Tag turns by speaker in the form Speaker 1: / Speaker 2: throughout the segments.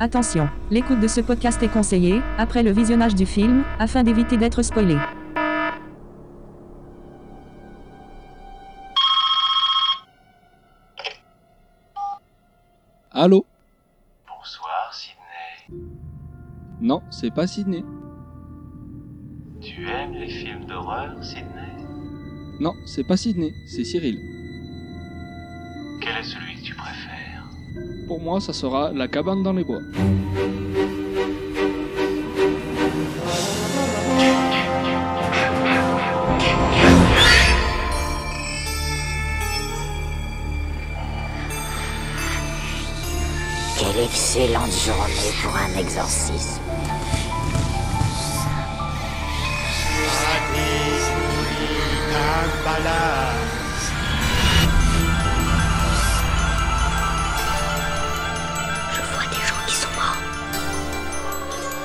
Speaker 1: Attention, l'écoute de ce podcast est conseillée, après le visionnage du film, afin d'éviter d'être spoilé.
Speaker 2: Allô
Speaker 3: Bonsoir Sydney.
Speaker 2: Non, c'est pas Sydney.
Speaker 3: Tu aimes les films d'horreur, Sydney
Speaker 2: Non, c'est pas Sydney, c'est Cyril.
Speaker 3: Quel est celui que tu préfères
Speaker 2: Pour moi, ça sera La cabane dans les bois.
Speaker 4: Quelle excellente journée pour un exorcisme. Je vois des gens qui sont morts.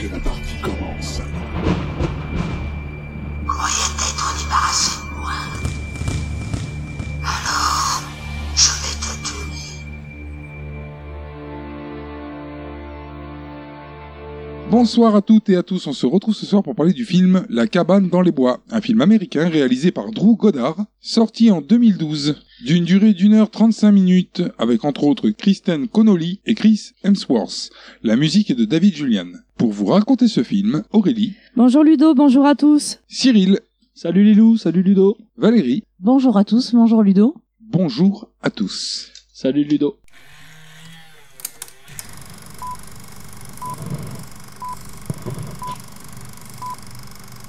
Speaker 5: Et la partie commence.
Speaker 4: Croyez t'être débarrassé de moi. Alors, je vais te tuer.
Speaker 5: Bonsoir à toutes et à tous, on se retrouve ce soir pour parler du film La cabane dans les bois, un film américain réalisé par Drew Goddard, sorti en 2012, d'une durée d'une heure 35 minutes, avec entre autres Kristen Connolly et Chris Hemsworth. La musique est de David Julian. Pour vous raconter ce film, Aurélie,
Speaker 6: Bonjour Ludo, bonjour à tous.
Speaker 5: Cyril,
Speaker 2: Salut Lilou, salut Ludo.
Speaker 5: Valérie,
Speaker 6: Bonjour à tous, bonjour Ludo.
Speaker 5: bonjour à tous.
Speaker 2: Salut Ludo.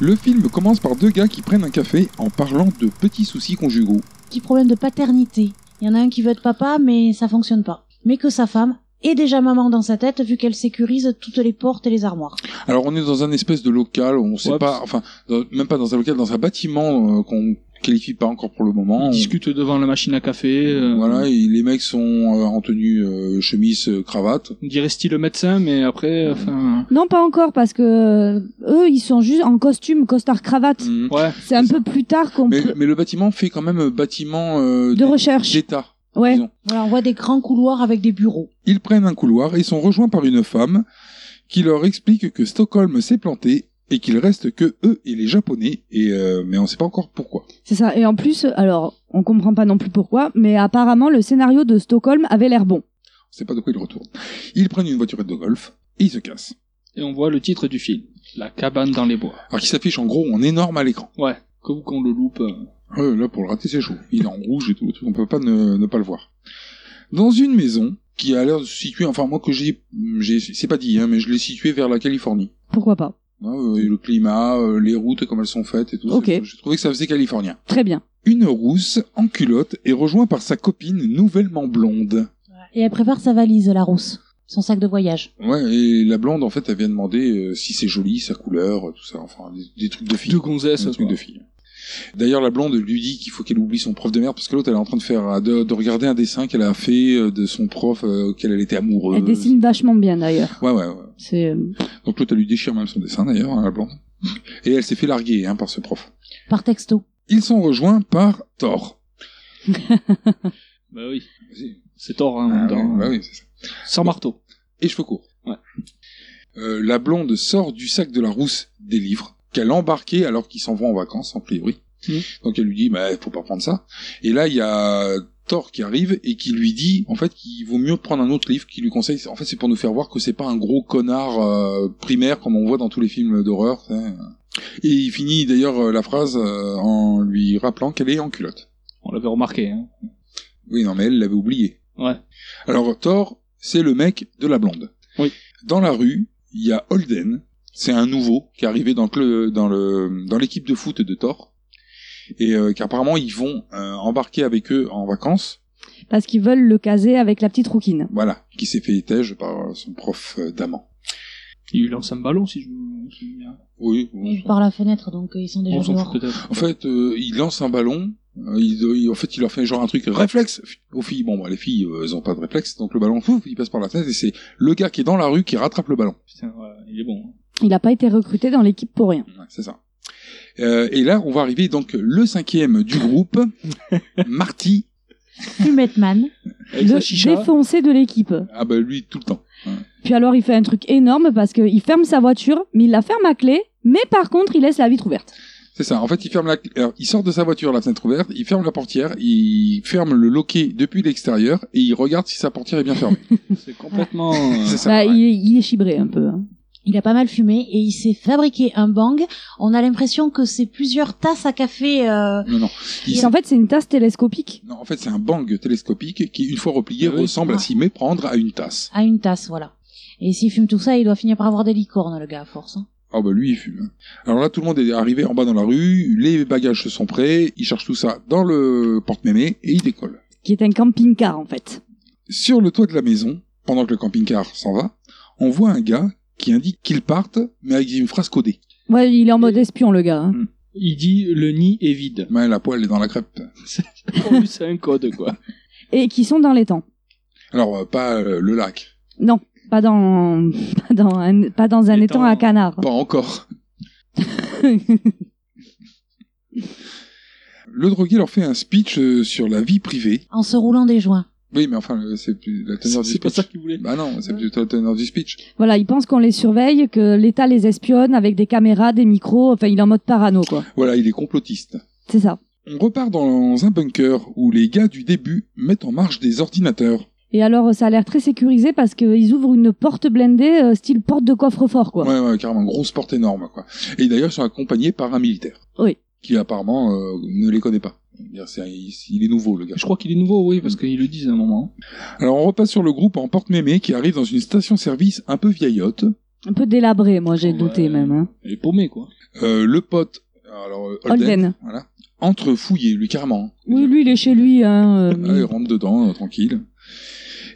Speaker 5: Le film commence par deux gars qui prennent un café en parlant de petits soucis conjugaux.
Speaker 6: Petit problème de paternité. Il y en a un qui veut être papa, mais ça fonctionne pas. Mais que sa femme est déjà maman dans sa tête, vu qu'elle sécurise toutes les portes et les armoires.
Speaker 5: Alors on est dans un espèce de local, on sait
Speaker 2: Ouais,
Speaker 5: pas,
Speaker 2: parce-
Speaker 5: enfin dans- même pas dans un local, dans un bâtiment euh, qu'on qualifie pas encore pour le moment.
Speaker 7: On
Speaker 5: On-
Speaker 7: discute devant la machine à café. euh,
Speaker 5: Ah, Voilà, et les mecs sont euh, en tenue euh, chemise euh, cravate.
Speaker 7: On dirait style médecin, mais après, enfin.
Speaker 8: Non, pas encore, parce que euh, eux, ils sont juste en costume, costard, cravate.
Speaker 2: Mm.
Speaker 5: Mhm.
Speaker 7: Ouais,
Speaker 8: C'est un peu plus tard qu'on
Speaker 5: Mais,
Speaker 8: peut-
Speaker 5: mais le bâtiment fait quand même euh, bâtiment euh,
Speaker 8: de
Speaker 5: d'é-
Speaker 8: recherche.
Speaker 5: d'État.
Speaker 8: Ouais.
Speaker 5: disons.
Speaker 6: Voilà, on voit des grands couloirs avec des bureaux.
Speaker 5: Ils prennent un couloir et sont rejoints par une femme qui leur explique que Stockholm s'est planté et qu'il reste que eux et les Japonais et euh, mais on sait pas encore pourquoi.
Speaker 8: C'est ça. Et en plus, alors, on comprend pas non plus pourquoi, mais apparemment, le scénario de Stockholm avait l'air bon.
Speaker 5: On sait pas de quoi ils retournent. Ils prennent une voiturette de golf et ils se cassent.
Speaker 7: et on voit le titre du film La cabane dans les bois.
Speaker 5: Alors qu'il Ah, s'affiche en gros en énorme à l'écran.
Speaker 7: Ouais, comme qu'on le loupe. euh,
Speaker 5: Euh, là, pour le rater, c'est chaud. Il est en rouge et tout le truc, on peut pas ne, ne pas le voir. Dans une maison qui a l'air de se situer, enfin moi que j'ai, j'ai c'est pas dit, hein, mais je l'ai située vers la Californie.
Speaker 8: Pourquoi pas
Speaker 5: Hein, euh, et le climat, euh, les routes, comme elles sont faites et tout.
Speaker 8: Ok.
Speaker 5: c'est- J'ai trouvé que ça faisait californien.
Speaker 8: Très bien.
Speaker 5: Une rousse en culotte est rejointe par sa copine nouvellement blonde.
Speaker 6: Et elle prépare sa valise, la rousse. Son sac de voyage.
Speaker 5: Ouais, et la blonde, en fait, elle vient demander euh, si c'est joli, sa couleur, euh, tout ça, enfin, des, des trucs de filles.
Speaker 7: Deux gonzesses.
Speaker 5: Un truc
Speaker 7: quoi.
Speaker 5: de fille. D'ailleurs, la blonde lui dit qu'il faut qu'elle oublie son prof de merde parce que l'autre elle est en train de faire de, de regarder un dessin qu'elle a fait euh, de son prof euh, auquel elle était amoureuse.
Speaker 8: Elle dessine vachement bien, d'ailleurs.
Speaker 5: Ouais, ouais, ouais.
Speaker 8: C'est euh,
Speaker 5: Donc l'autre elle lui déchire même son dessin d'ailleurs, hein, la blonde. Et elle s'est fait larguer hein, par ce prof.
Speaker 6: Par texto.
Speaker 5: Ils sont rejoints par Thor.
Speaker 7: Bah oui,
Speaker 5: Vas-y.
Speaker 7: c'est tort, hein, en
Speaker 5: Ah,
Speaker 7: même temps.
Speaker 5: ouais, bah oui, c'est ça.
Speaker 7: Sans marteau.
Speaker 5: Et cheveux courts.
Speaker 7: Ouais.
Speaker 5: Euh, la blonde sort du sac de la rousse des livres qu'elle embarquait alors qu'ils s'en vont en vacances, en priori.
Speaker 7: Mhm.
Speaker 5: Donc elle lui dit, bah, faut pas prendre ça. Et là, il y a Thor qui arrive et qui lui dit, en fait, qu'il vaut mieux prendre un autre livre qui lui conseille. En fait, c'est pour nous faire voir que c'est pas un gros connard euh, primaire comme on voit dans tous les films d'horreur. tu sais. Et il finit d'ailleurs euh, la phrase euh, en lui rappelant qu'elle est en culotte.
Speaker 7: On l'avait remarqué. Hein.
Speaker 5: Oui, non, mais elle l'avait oublié.
Speaker 7: Ouais.
Speaker 5: Alors Thor, c'est le mec de la blonde.
Speaker 7: Oui.
Speaker 5: Dans la rue, il y a Holden, c'est un nouveau qui est arrivé dans le dans le dans l'équipe de foot de Thor et euh, qu'apparemment ils vont euh, embarquer avec eux en vacances.
Speaker 8: parce qu'ils veulent le caser avec la petite rouquine.
Speaker 5: Voilà, qui s'est fait étège par euh, son prof euh, d'amant.
Speaker 7: Il lui lance un ballon, si je me souviens bien.
Speaker 5: Oui.
Speaker 6: par la fenêtre, donc euh, ils sont déjà
Speaker 7: On s'en
Speaker 6: dehors.
Speaker 7: fout peut-être.
Speaker 5: En fait, euh, il lance un ballon Euh, il- il- en fait, il leur fait genre un truc réflexe aux filles. Bon, bah, les filles, euh, elles ont pas de réflexe, donc le ballon, fouf, il passe par la fenêtre et c'est le gars qui est dans la rue qui rattrape le ballon.
Speaker 7: Putain, ouais, il est bon. hein.
Speaker 8: Il n'a pas été recruté dans l'équipe pour rien.
Speaker 5: Ouais, c'est ça. Euh, et là, on va arriver donc le cinquième du groupe, Marty.
Speaker 6: Fumetman.
Speaker 2: Avec sa
Speaker 8: le
Speaker 2: chicha.
Speaker 8: défoncé de l'équipe.
Speaker 5: Ah bah lui, tout le temps.
Speaker 8: Puis alors, il fait un truc énorme parce qu'il ferme sa voiture, mais il la ferme à clé, mais par contre, il laisse la vitre ouverte.
Speaker 5: C'est ça. En fait, il ferme la, alors, il sort de sa voiture, la fenêtre ouverte, il ferme la portière, il ferme le loquet depuis l'extérieur et il regarde si sa portière est bien fermée.
Speaker 2: C'est complètement. euh,
Speaker 5: c'est ça.
Speaker 8: Bah,
Speaker 5: ouais.
Speaker 8: il, il est chibré un peu. hein.
Speaker 6: Il a pas mal fumé et il s'est fabriqué un bang. On a l'impression que c'est plusieurs tasses à café. euh,
Speaker 5: Non, non. Il-
Speaker 8: Parce qu'en fait, c'est une tasse télescopique.
Speaker 5: Non, en fait, c'est un bang télescopique qui, une fois replié,
Speaker 2: Oui.
Speaker 5: ressemble à
Speaker 6: Ouais.
Speaker 5: s'y méprendre à une tasse.
Speaker 6: à une tasse, voilà. Et s'il fume tout ça, il doit finir par avoir des licornes, le gars, à force. hein.
Speaker 5: Ah bah lui, il fume. Alors là, tout le monde est arrivé en bas dans la rue, les bagages sont prêts, ils cherchent tout ça dans le porte-mémé et ils décollent.
Speaker 8: qui est un camping-car en fait.
Speaker 5: Sur le toit de la maison, pendant que le camping-car s'en va, on voit un gars qui indique qu'ils partent, mais avec une phrase codée.
Speaker 8: Ouais, il est en mode espion le gars. hein.
Speaker 7: Il dit le nid est vide.
Speaker 5: Mais la poêle est dans la crêpe.
Speaker 2: Pour lui, c'est un code, quoi.
Speaker 8: Et qui sont dans les temps.
Speaker 5: Alors, euh, pas euh, le lac.
Speaker 8: Non, pas dans pas dans un, pas dans un étang
Speaker 7: Étang.
Speaker 8: à canard.
Speaker 5: Pas encore. Le drogué leur fait un speech euh, sur la vie privée.
Speaker 6: En se roulant des joints.
Speaker 5: Oui, mais enfin, euh, c'est plus la teneur du
Speaker 2: C'est pas
Speaker 5: speech.
Speaker 2: ça qu'il voulait.
Speaker 5: Bah non, c'est plutôt la teneur du speech.
Speaker 8: Voilà, il pense qu'on les surveille, que l'État les espionne avec des caméras, des micros. Enfin, il est en mode parano quoi.
Speaker 5: Voilà, il est complotiste.
Speaker 8: C'est ça.
Speaker 5: On repart dans un bunker où les gars du début mettent en marche des ordinateurs.
Speaker 8: Et alors, ça a l'air très sécurisé parce qu'ils ouvrent une porte blindée, euh, style porte de coffre-fort quoi.
Speaker 5: Ouais, ouais, carrément, grosse porte énorme, quoi. Et d'ailleurs, ils sont accompagnés par un militaire.
Speaker 8: Oui.
Speaker 5: Qui apparemment euh, ne les connaît pas. C'est-à-dire, c'est un- Il il est nouveau, le gars.
Speaker 2: Je crois qu'il est nouveau, oui, parce qu'ils le disent à un moment.
Speaker 5: Alors, on repasse sur le groupe en porte-mémé qui arrive dans une station-service un peu vieillotte.
Speaker 8: Un peu délabré, moi j'ai
Speaker 2: Ouais.
Speaker 8: douté même. hein.
Speaker 2: Il est paumé, quoi.
Speaker 5: Euh, le pote, alors, euh, Holden,
Speaker 8: Holden.
Speaker 5: voilà, entre fouillé, lui, carrément.
Speaker 8: Oui, lui, il est chez lui. Hein,
Speaker 5: Là, il
Speaker 8: euh,
Speaker 5: rentre dedans, euh, tranquille.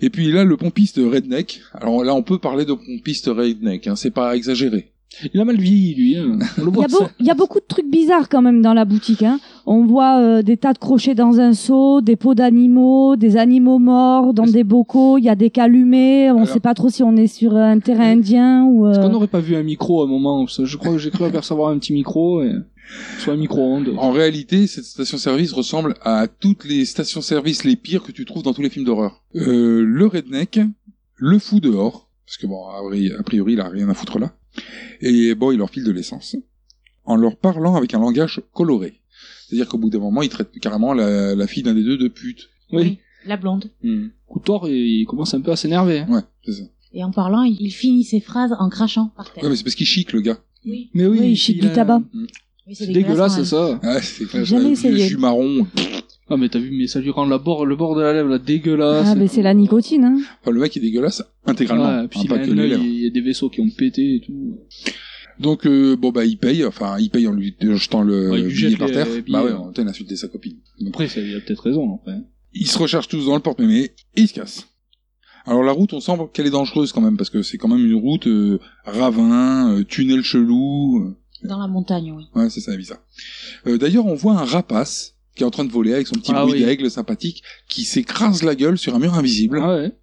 Speaker 5: Et puis là, le pompiste redneck. Alors là, on peut parler de pompiste redneck, hein, c'est pas exagéré.
Speaker 2: Il a mal vieilli, lui. Hein. On le
Speaker 8: Il y,
Speaker 2: voit
Speaker 8: a beau-
Speaker 2: ça.
Speaker 8: il y a beaucoup de trucs bizarres quand même dans la boutique. Hein. On voit euh, des tas de crochets dans un seau, des peaux d'animaux, des animaux morts dans des bocaux, il y a des calumets, on
Speaker 5: Alors-
Speaker 8: sait pas trop si on est sur euh, un terrain indien ou... euh,
Speaker 2: Est-ce qu'on n'aurait pas vu un micro à un moment Parce que Je crois que j'ai cru apercevoir un petit micro, et... soit un micro-ondes.
Speaker 5: En réalité, cette station-service ressemble à toutes les stations-service les pires que tu trouves dans tous les films d'horreur. Euh, le redneck, le fou dehors, parce que bon, a priori- a priori, il a rien à foutre là. Et bon, il leur file de l'essence, en leur parlant avec un langage coloré. C'est-à-dire qu'au bout d'un moment, il traite carrément la, la fille d'un des deux de pute.
Speaker 2: Oui. Mm.
Speaker 6: La blonde.
Speaker 2: Coutor, il commence un peu à s'énerver. hein.
Speaker 5: Ouais, c'est ça.
Speaker 6: Et en parlant, il il finit ses phrases en crachant par terre.
Speaker 2: Euh,
Speaker 5: Ouais, mais c'est parce qu'il chic, le gars.
Speaker 2: Mais oui,
Speaker 8: Oui, il chie du
Speaker 2: a-
Speaker 8: tabac.
Speaker 6: Oui,
Speaker 2: C'est dégueulasse,
Speaker 6: quand
Speaker 2: ça.
Speaker 5: Ah, c'est clair.
Speaker 6: J'ai jamais
Speaker 5: j'avais vu Le
Speaker 6: essayé.
Speaker 5: jus marron.
Speaker 2: Ah, mais t'as vu, mais ça lui rend la bord, le bord de la lèvre, là, dégueulasse.
Speaker 8: Ah, mais c'est
Speaker 2: euh,
Speaker 8: la nicotine. Hein.
Speaker 5: Enfin, le mec est dégueulasse intégralement.
Speaker 2: Ouais, puis
Speaker 5: hein,
Speaker 2: il
Speaker 5: pas
Speaker 2: a
Speaker 5: que
Speaker 2: un
Speaker 5: les
Speaker 2: œil,
Speaker 5: lèvres.
Speaker 2: il y a des vaisseaux qui ont pété et tout.
Speaker 5: Donc, euh, bon, bah, il paye. Enfin, il paye en lui jetant le
Speaker 2: Ouais, il lui
Speaker 5: billet
Speaker 2: jette
Speaker 5: par
Speaker 2: les-
Speaker 5: terre.
Speaker 2: les
Speaker 5: Bah ouais,
Speaker 2: billets.
Speaker 5: on a insulté sa copine. Donc,
Speaker 2: Après, ça, il a peut-être raison, après.
Speaker 5: ils se recherchent tous dans le porte-mémé et ils se cassent. Alors, la route, on sent qu'elle est dangereuse quand même, parce que c'est quand même une route euh, ravin, euh, tunnel chelou.
Speaker 6: même, hein, Dans la montagne, oui.
Speaker 5: euh, ouais, c'est ça, bizarre. Euh, D'ailleurs, on voit un rapace qui est en train de voler avec son petit
Speaker 2: Ah
Speaker 5: bruit
Speaker 2: oui.
Speaker 5: d'aigle sympathique, qui s'écrase la gueule sur un mur invisible.
Speaker 2: Ah ouais.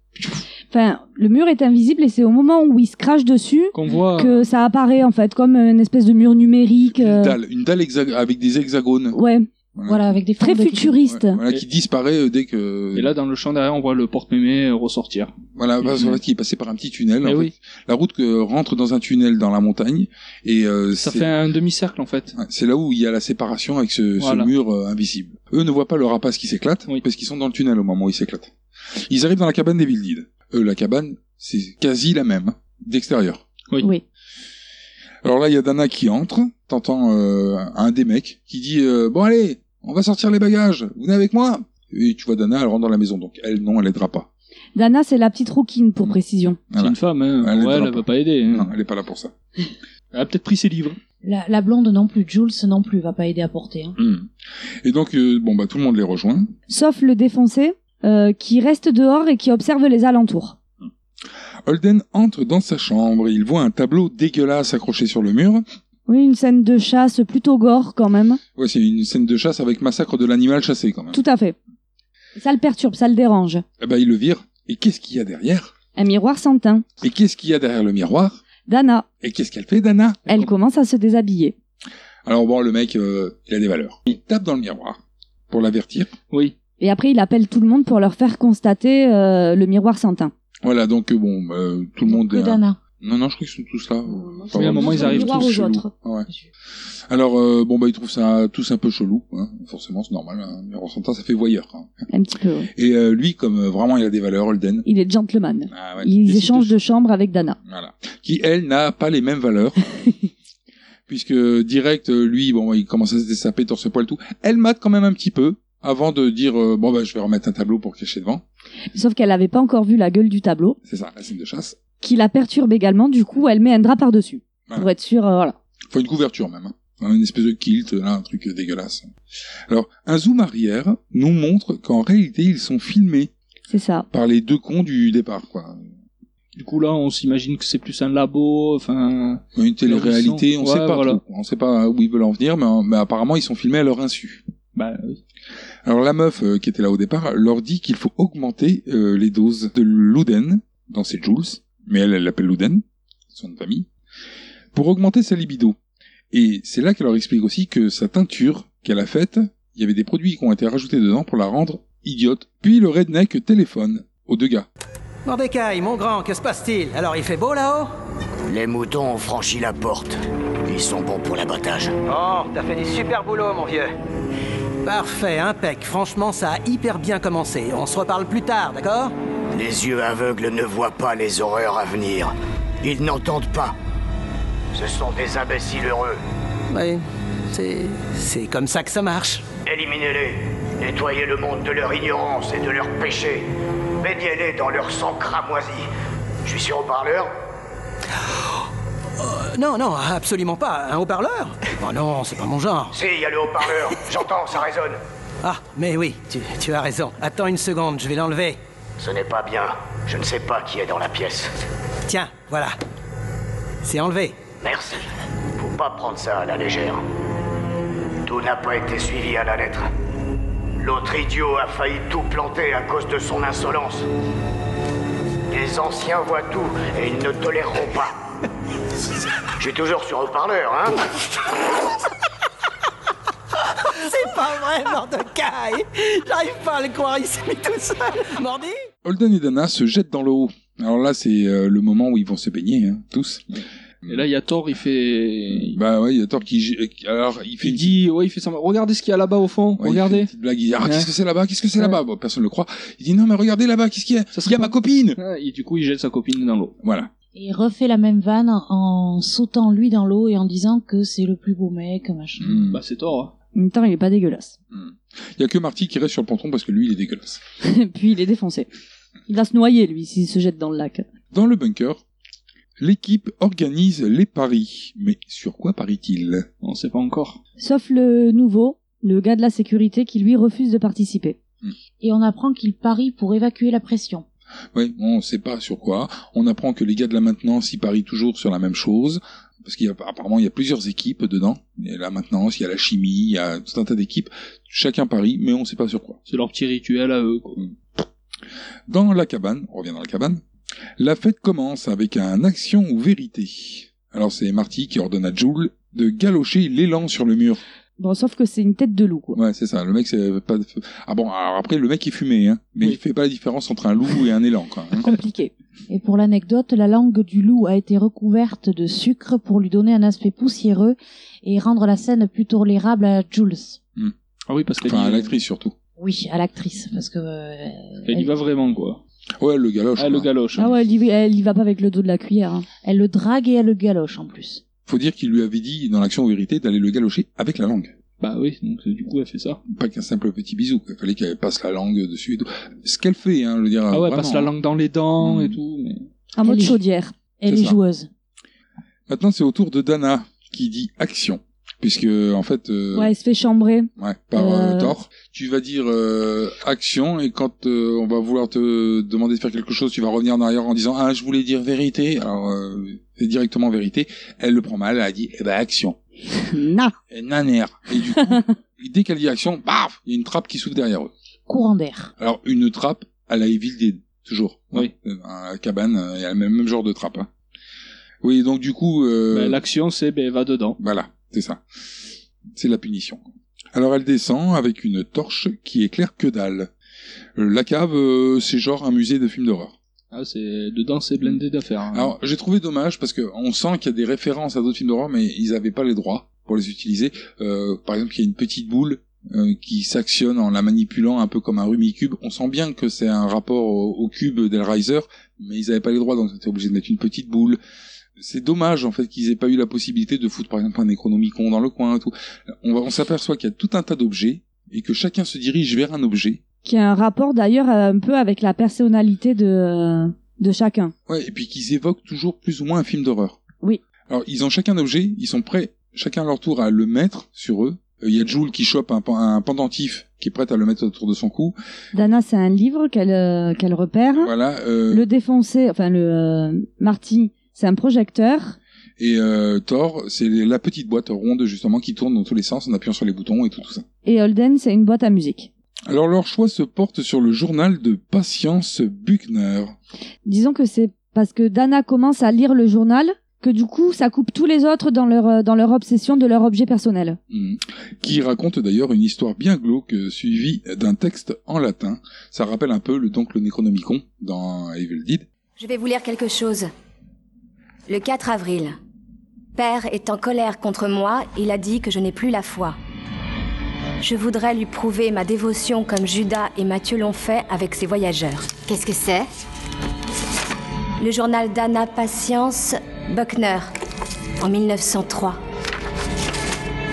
Speaker 8: Enfin, le mur est invisible et c'est au moment où il se crache dessus
Speaker 2: Qu'on voit.
Speaker 8: que ça apparaît en fait, comme une espèce de mur numérique. euh,
Speaker 5: Une dalle, une dalle hexa- avec des hexagones.
Speaker 8: Ouais,
Speaker 6: Voilà, avec des
Speaker 8: très
Speaker 6: formes de-
Speaker 8: futuriste.
Speaker 5: Ouais, voilà,
Speaker 2: Et-
Speaker 5: qui disparaît euh, dès que.
Speaker 2: Et là, dans le champ derrière, on voit le porte-mémé euh, ressortir.
Speaker 5: voilà, parce
Speaker 2: Mhm.
Speaker 5: qu'en fait, il est passé par un petit tunnel.
Speaker 2: Eh
Speaker 5: en
Speaker 2: oui,
Speaker 5: fait. La route que rentre dans un tunnel dans la montagne. Et euh,
Speaker 2: ça
Speaker 5: c'est-
Speaker 2: fait un demi-cercle, en fait.
Speaker 5: ouais, c'est là où il y a la séparation avec ce, ce
Speaker 2: Voilà.
Speaker 5: mur euh, invisible. Eux ne voient pas le rapace qui s'éclate,
Speaker 2: Oui.
Speaker 5: parce qu'ils sont dans le tunnel au moment où il s'éclate. Ils arrivent dans la cabane des Vildides. Eux, la cabane, c'est quasi la même, d'extérieur.
Speaker 2: Oui.
Speaker 8: Oui.
Speaker 5: Alors là, il y a Dana qui entre, t'entends euh, un des mecs qui dit euh, Bon allez, on va sortir les bagages, vous venez avec moi ?» Et tu vois Dana, elle rentre dans la maison, donc elle, non, elle aidera pas.
Speaker 8: Dana, c'est la petite rouquine pour
Speaker 5: Mm.
Speaker 8: précision.
Speaker 5: Voilà.
Speaker 2: C'est une femme, hein.
Speaker 5: Elle
Speaker 2: ouais,
Speaker 5: aidera
Speaker 2: elle
Speaker 5: pas.
Speaker 2: va pas aider. hein.
Speaker 5: Non, elle est pas là pour ça.
Speaker 2: Elle a peut-être pris ses livres.
Speaker 6: La, la blonde non plus, Jules non plus, va pas aider à porter. Hein.
Speaker 5: Hmm. Et donc, euh, bon, bah, tout le monde les rejoint.
Speaker 8: Sauf le défoncé euh, qui reste dehors et qui observe les alentours.
Speaker 5: Holden entre dans sa chambre et il voit un tableau dégueulasse accroché sur le mur.
Speaker 8: Oui, une scène de chasse plutôt gore quand même.
Speaker 5: Ouais, c'est une scène de chasse avec massacre de l'animal chassé quand même.
Speaker 8: Tout à fait. Ça le perturbe, ça le dérange.
Speaker 5: Eh ben, ils le virent. Et qu'est-ce qu'il y a derrière
Speaker 8: Un miroir sans teint.
Speaker 5: Et qu'est-ce qu'il y a derrière le miroir
Speaker 8: Dana,
Speaker 5: Et qu'est-ce qu'elle fait, Dana
Speaker 8: elle commence à se déshabiller.
Speaker 5: Alors bon, le mec, euh, il a des valeurs. Il tape dans le miroir pour l'avertir.
Speaker 7: Oui.
Speaker 8: Et après, il appelle tout le monde pour leur faire constater euh, le miroir sans teint.
Speaker 5: Voilà, donc euh, bon, euh, tout le monde...
Speaker 6: Que
Speaker 5: euh,
Speaker 6: Dana.
Speaker 5: Non, non, je crois qu'ils sont tous là.
Speaker 7: Oui, à un moment, ils arrivent
Speaker 8: miroir
Speaker 7: tous
Speaker 8: aux
Speaker 7: chelous.
Speaker 8: autres.
Speaker 5: Ah Ouais. Alors, euh, bon, bah, ils trouvent ça tous un peu chelou. hein. Forcément, c'est normal. Hein. Mais en son temps, ça fait voyeur. hein.
Speaker 8: Un petit peu. ouais.
Speaker 5: Et euh, lui, comme euh, vraiment, il a des valeurs, Holden.
Speaker 8: Il est gentleman.
Speaker 5: Ah, ouais,
Speaker 8: Ils
Speaker 5: décide
Speaker 8: échangent
Speaker 5: de-
Speaker 8: de chambre avec Dana.
Speaker 5: Voilà. Qui, elle, n'a pas les mêmes valeurs. puisque euh, direct, euh, lui, bon, il commence à se dessaper, torse poil, tout. Elle mate quand même un petit peu avant de dire, euh, bon, bah, je vais remettre un tableau pour cacher devant.
Speaker 8: Sauf qu'elle n'avait pas encore vu la gueule du tableau,
Speaker 5: C'est ça, la scène de chasse.
Speaker 8: qui la perturbe également. Du coup, elle met un drap par-dessus.
Speaker 5: Voilà.
Speaker 8: Pour être sûre, euh, voilà.
Speaker 5: Enfin, une couverture même. hein. Une espèce de kilt, là, un truc euh, dégueulasse. Alors, un zoom arrière nous montre qu'en réalité, ils sont filmés
Speaker 8: C'est ça.
Speaker 5: par les deux cons du départ, quoi.
Speaker 7: Du coup, là, on s'imagine que c'est plus un labo, enfin...
Speaker 5: Une télé-réalité, on
Speaker 7: Ouais,
Speaker 5: sait pas
Speaker 7: voilà.
Speaker 5: trop. On sait pas où ils veulent en venir, mais, mais apparemment, ils sont filmés à leur insu.
Speaker 7: Bah, oui.
Speaker 5: Alors, la meuf euh, qui était là au départ leur dit qu'il faut augmenter euh, les doses de Luden dans ses Joules, mais elle, elle l'appelle Luden, son nom de famille, pour augmenter sa libido. Et c'est là qu'elle leur explique aussi que sa teinture qu'elle a faite, il y avait des produits qui ont été rajoutés dedans pour la rendre idiote. Puis le redneck téléphone aux deux gars.
Speaker 9: Mordecai, mon grand, que se passe-t-il Alors il fait beau là-haut
Speaker 4: Les moutons ont franchi la porte. Ils sont bons pour l'abattage.
Speaker 9: Oh, t'as fait du super boulot, mon vieux. Parfait, impec. Franchement, ça a hyper bien commencé. On se reparle plus tard, d'accord
Speaker 4: Les yeux aveugles ne voient pas les horreurs à venir. Ils n'entendent pas. Ce sont des imbéciles heureux.
Speaker 9: Oui, c'est... c'est comme ça que ça marche.
Speaker 4: Éliminez-les. Nettoyez le monde de leur ignorance et de leurs péchés. Baignez-les dans leur sang cramoisi. Je suis sur haut-parleur
Speaker 9: Euh, non, non, absolument pas. Un haut-parleur Oh non, c'est pas mon genre.
Speaker 4: Si, il y a le haut-parleur. J'entends, ça résonne.
Speaker 9: Ah, mais oui, tu, tu as raison. Attends une seconde, je vais l'enlever.
Speaker 4: Ce n'est pas bien. Je ne sais pas qui est dans la pièce.
Speaker 9: Tiens, voilà. C'est enlevé.
Speaker 4: Merci. Faut pas prendre ça à la légère. Tout n'a pas été suivi à la lettre. L'autre idiot a failli tout planter à cause de son insolence. Les anciens voient tout et ils ne toléreront pas. Je suis toujours sur haut-parleur, hein
Speaker 9: C'est pas vrai, Mordecai J'arrive pas à le croire, il s'est mis tout seul. Mordi
Speaker 5: Holden et Dana se jettent dans l'eau. Alors là, c'est euh, le moment où ils vont se baigner, hein, tous.
Speaker 7: Et là, il y a Thor, il fait...
Speaker 5: Bah ouais, il y a Thor qui... j- Alors, il fait...
Speaker 7: Il dit, ouais, il fait semblant. Regardez ce qu'il y a là-bas au fond,
Speaker 5: Ouais, il fait une
Speaker 7: regardez.
Speaker 5: petite blague, il dit, ah,
Speaker 7: Ouais.
Speaker 5: qu'est-ce que c'est là-bas Qu'est-ce que c'est là-bas bon, Personne ne le croit. Il dit, non, mais regardez là-bas, qu'est-ce qu'il y a
Speaker 7: Ça
Speaker 5: Il y a
Speaker 7: serait
Speaker 5: ma copine
Speaker 7: Ah, Et du coup, il jette sa copine dans l'eau.
Speaker 5: Voilà.
Speaker 6: Et il refait la même vanne en sautant lui dans l'eau et en disant que c'est le plus beau mec, machin.
Speaker 2: Mm.
Speaker 5: Hmm.
Speaker 7: Bah, c'est Thor,
Speaker 8: En même temps, il est pas dégueulasse.
Speaker 5: Il y a que Marty qui reste sur le ponton parce que lui, il est dégueulasse.
Speaker 8: Puis il est défoncé. Il va se noyer, lui, s'il se jette dans le lac.
Speaker 5: Dans le bunker, l'équipe organise les paris. Mais sur quoi parie-t-il
Speaker 7: on sait pas encore.
Speaker 8: Sauf le nouveau, le gars de la sécurité, qui lui refuse de participer.
Speaker 6: Et on apprend qu'il parie pour évacuer la pression.
Speaker 5: Oui, on ne sait pas sur quoi. On apprend que les gars de la maintenance, ils parient toujours sur la même chose. Parce qu'il y a, apparemment, il y a plusieurs équipes dedans. Il y a la maintenance, il y a la chimie, il y a tout un tas d'équipes. Chacun parie, mais on ne sait pas sur quoi.
Speaker 7: C'est leur petit rituel à eux, quoi.
Speaker 5: Hmm. Dans la cabane, on revient dans la cabane, la fête commence avec un action ou vérité. Alors c'est Marty qui ordonne à Jules de galocher l'élan sur le mur.
Speaker 8: Bon, sauf que c'est une tête de loup, quoi.
Speaker 5: Ouais, c'est ça. Le mec, c'est pas. Ah bon, alors après, le mec est fumé, hein. Mais
Speaker 7: Oui.
Speaker 5: il fait pas la différence entre un loup et un élan, quoi. hein.
Speaker 8: Compliqué.
Speaker 6: Et pour l'anecdote, la langue du loup a été recouverte de sucre pour lui donner un aspect poussiéreux et rendre la scène plus tolérable à Jules.
Speaker 7: Ah oui, parce qu'elle
Speaker 5: Enfin, à
Speaker 7: y-
Speaker 5: l'actrice surtout.
Speaker 6: Oui, à l'actrice, parce que... euh,
Speaker 7: elle y va vraiment, quoi.
Speaker 5: Ouais, le galoche.
Speaker 7: Ah, le
Speaker 5: quoi.
Speaker 7: galoche.
Speaker 8: Ah ouais, elle y, elle y va pas avec le dos de la cuillère. hein.
Speaker 6: Elle le drague et elle le galoche en plus.
Speaker 5: Faut dire qu'il lui avait dit dans l'action ou vérité d'aller le galocher avec la langue.
Speaker 7: Bah oui, donc euh, du coup, elle fait ça.
Speaker 5: Pas qu'un simple petit bisou. quoi. Il fallait qu'elle passe la langue dessus et tout. Ce qu'elle fait, hein, je veux dire.
Speaker 7: Ah ouais,
Speaker 5: vraiment,
Speaker 7: passe la
Speaker 5: hein.
Speaker 7: langue dans les dents
Speaker 5: Mm.
Speaker 7: et tout. Mais...
Speaker 8: En mode
Speaker 6: Elle est-
Speaker 8: chaudière.
Speaker 6: Elle
Speaker 5: C'est
Speaker 6: est,
Speaker 5: ça.
Speaker 6: joueuse.
Speaker 5: Maintenant, c'est au tour de Dana qui dit action. puisque en fait, euh,
Speaker 8: Ouais, il se fait chambrer.
Speaker 5: ouais, par euh,
Speaker 8: Euh.
Speaker 5: Thor, tu vas dire euh, action et quand euh, on va vouloir te demander de faire quelque chose, tu vas revenir en arrière en disant ah je voulais dire vérité, alors euh, et directement vérité. Elle le prend mal, elle a dit eh ben action,
Speaker 8: Non.
Speaker 5: et naner. Et du coup, dès qu'elle dit action, baf, il y a une trappe qui s'ouvre derrière eux.
Speaker 6: Courant d'air.
Speaker 5: Alors une trappe à la Evil Dead, toujours.
Speaker 7: Oui.
Speaker 5: Euh, À la cabane, euh, il y a le même, même genre de trappe. hein. Oui, donc du coup, euh,
Speaker 2: Bah,
Speaker 7: Ben, L'action, c'est ben, va dedans.
Speaker 5: voilà, c'est ça. C'est la punition. Alors elle descend avec une torche qui éclaire que dalle. Euh, La cave, euh, c'est genre un musée de films d'horreur.
Speaker 7: Ah, c'est dedans, c'est blindé d'affaires. hein.
Speaker 5: Alors j'ai trouvé dommage parce que on sent qu'il y a des références à d'autres films d'horreur, mais ils n'avaient pas les droits pour les utiliser. Euh, par exemple, il y a une petite boule euh, qui s'actionne en la manipulant un peu comme un Rubik's cube. On sent bien que c'est un rapport au, au cube d'Hellraiser, mais ils n'avaient pas les droits, donc ils étaient obligés de mettre une petite boule. C'est dommage en fait qu'ils aient pas eu la possibilité de foutre par exemple un Necronomicon dans le coin et tout. On, va- on s'aperçoit qu'il y a tout un tas d'objets et que chacun se dirige vers un objet.
Speaker 8: Qui a un rapport d'ailleurs euh, un peu avec la personnalité de, de chacun.
Speaker 5: Ouais, et puis qu'ils évoquent toujours plus ou moins un film d'horreur.
Speaker 8: Oui.
Speaker 5: Alors, ils ont chacun un objet, ils sont prêts, chacun à leur tour, à le mettre sur eux. Euh, Il y a Jules qui chope un, pen- un pendentif, qui est prête à le mettre autour de son cou.
Speaker 8: Dana, c'est un livre qu'elle euh, qu'elle repère.
Speaker 5: Voilà. euh,
Speaker 8: Le défoncé, enfin le euh, Marty, c'est un projecteur.
Speaker 5: Et euh, Thor, c'est la petite boîte ronde, justement, qui tourne dans tous les sens en appuyant sur les boutons et tout, tout ça.
Speaker 8: Et Holden, c'est une boîte à musique.
Speaker 5: Alors, leur choix se porte sur le journal de Patience Buckner.
Speaker 8: Disons que c'est parce que Dana commence à lire le journal que du coup, ça coupe tous les autres dans leur, euh, dans leur obsession de leur objet personnel.
Speaker 5: Mhm. qui raconte d'ailleurs une histoire bien glauque euh, suivie d'un texte en latin. Ça rappelle un peu le donc le Necronomicon dans Evil Dead.
Speaker 10: Je vais vous lire quelque chose. Le 4 avril. Père est en colère contre moi, il a dit que je n'ai plus la foi. Je voudrais lui prouver ma dévotion comme Judas et Matthieu l'ont fait avec ses voyageurs. Qu'est-ce que c'est Le journal d'Anna Patience Buckner, en 1903.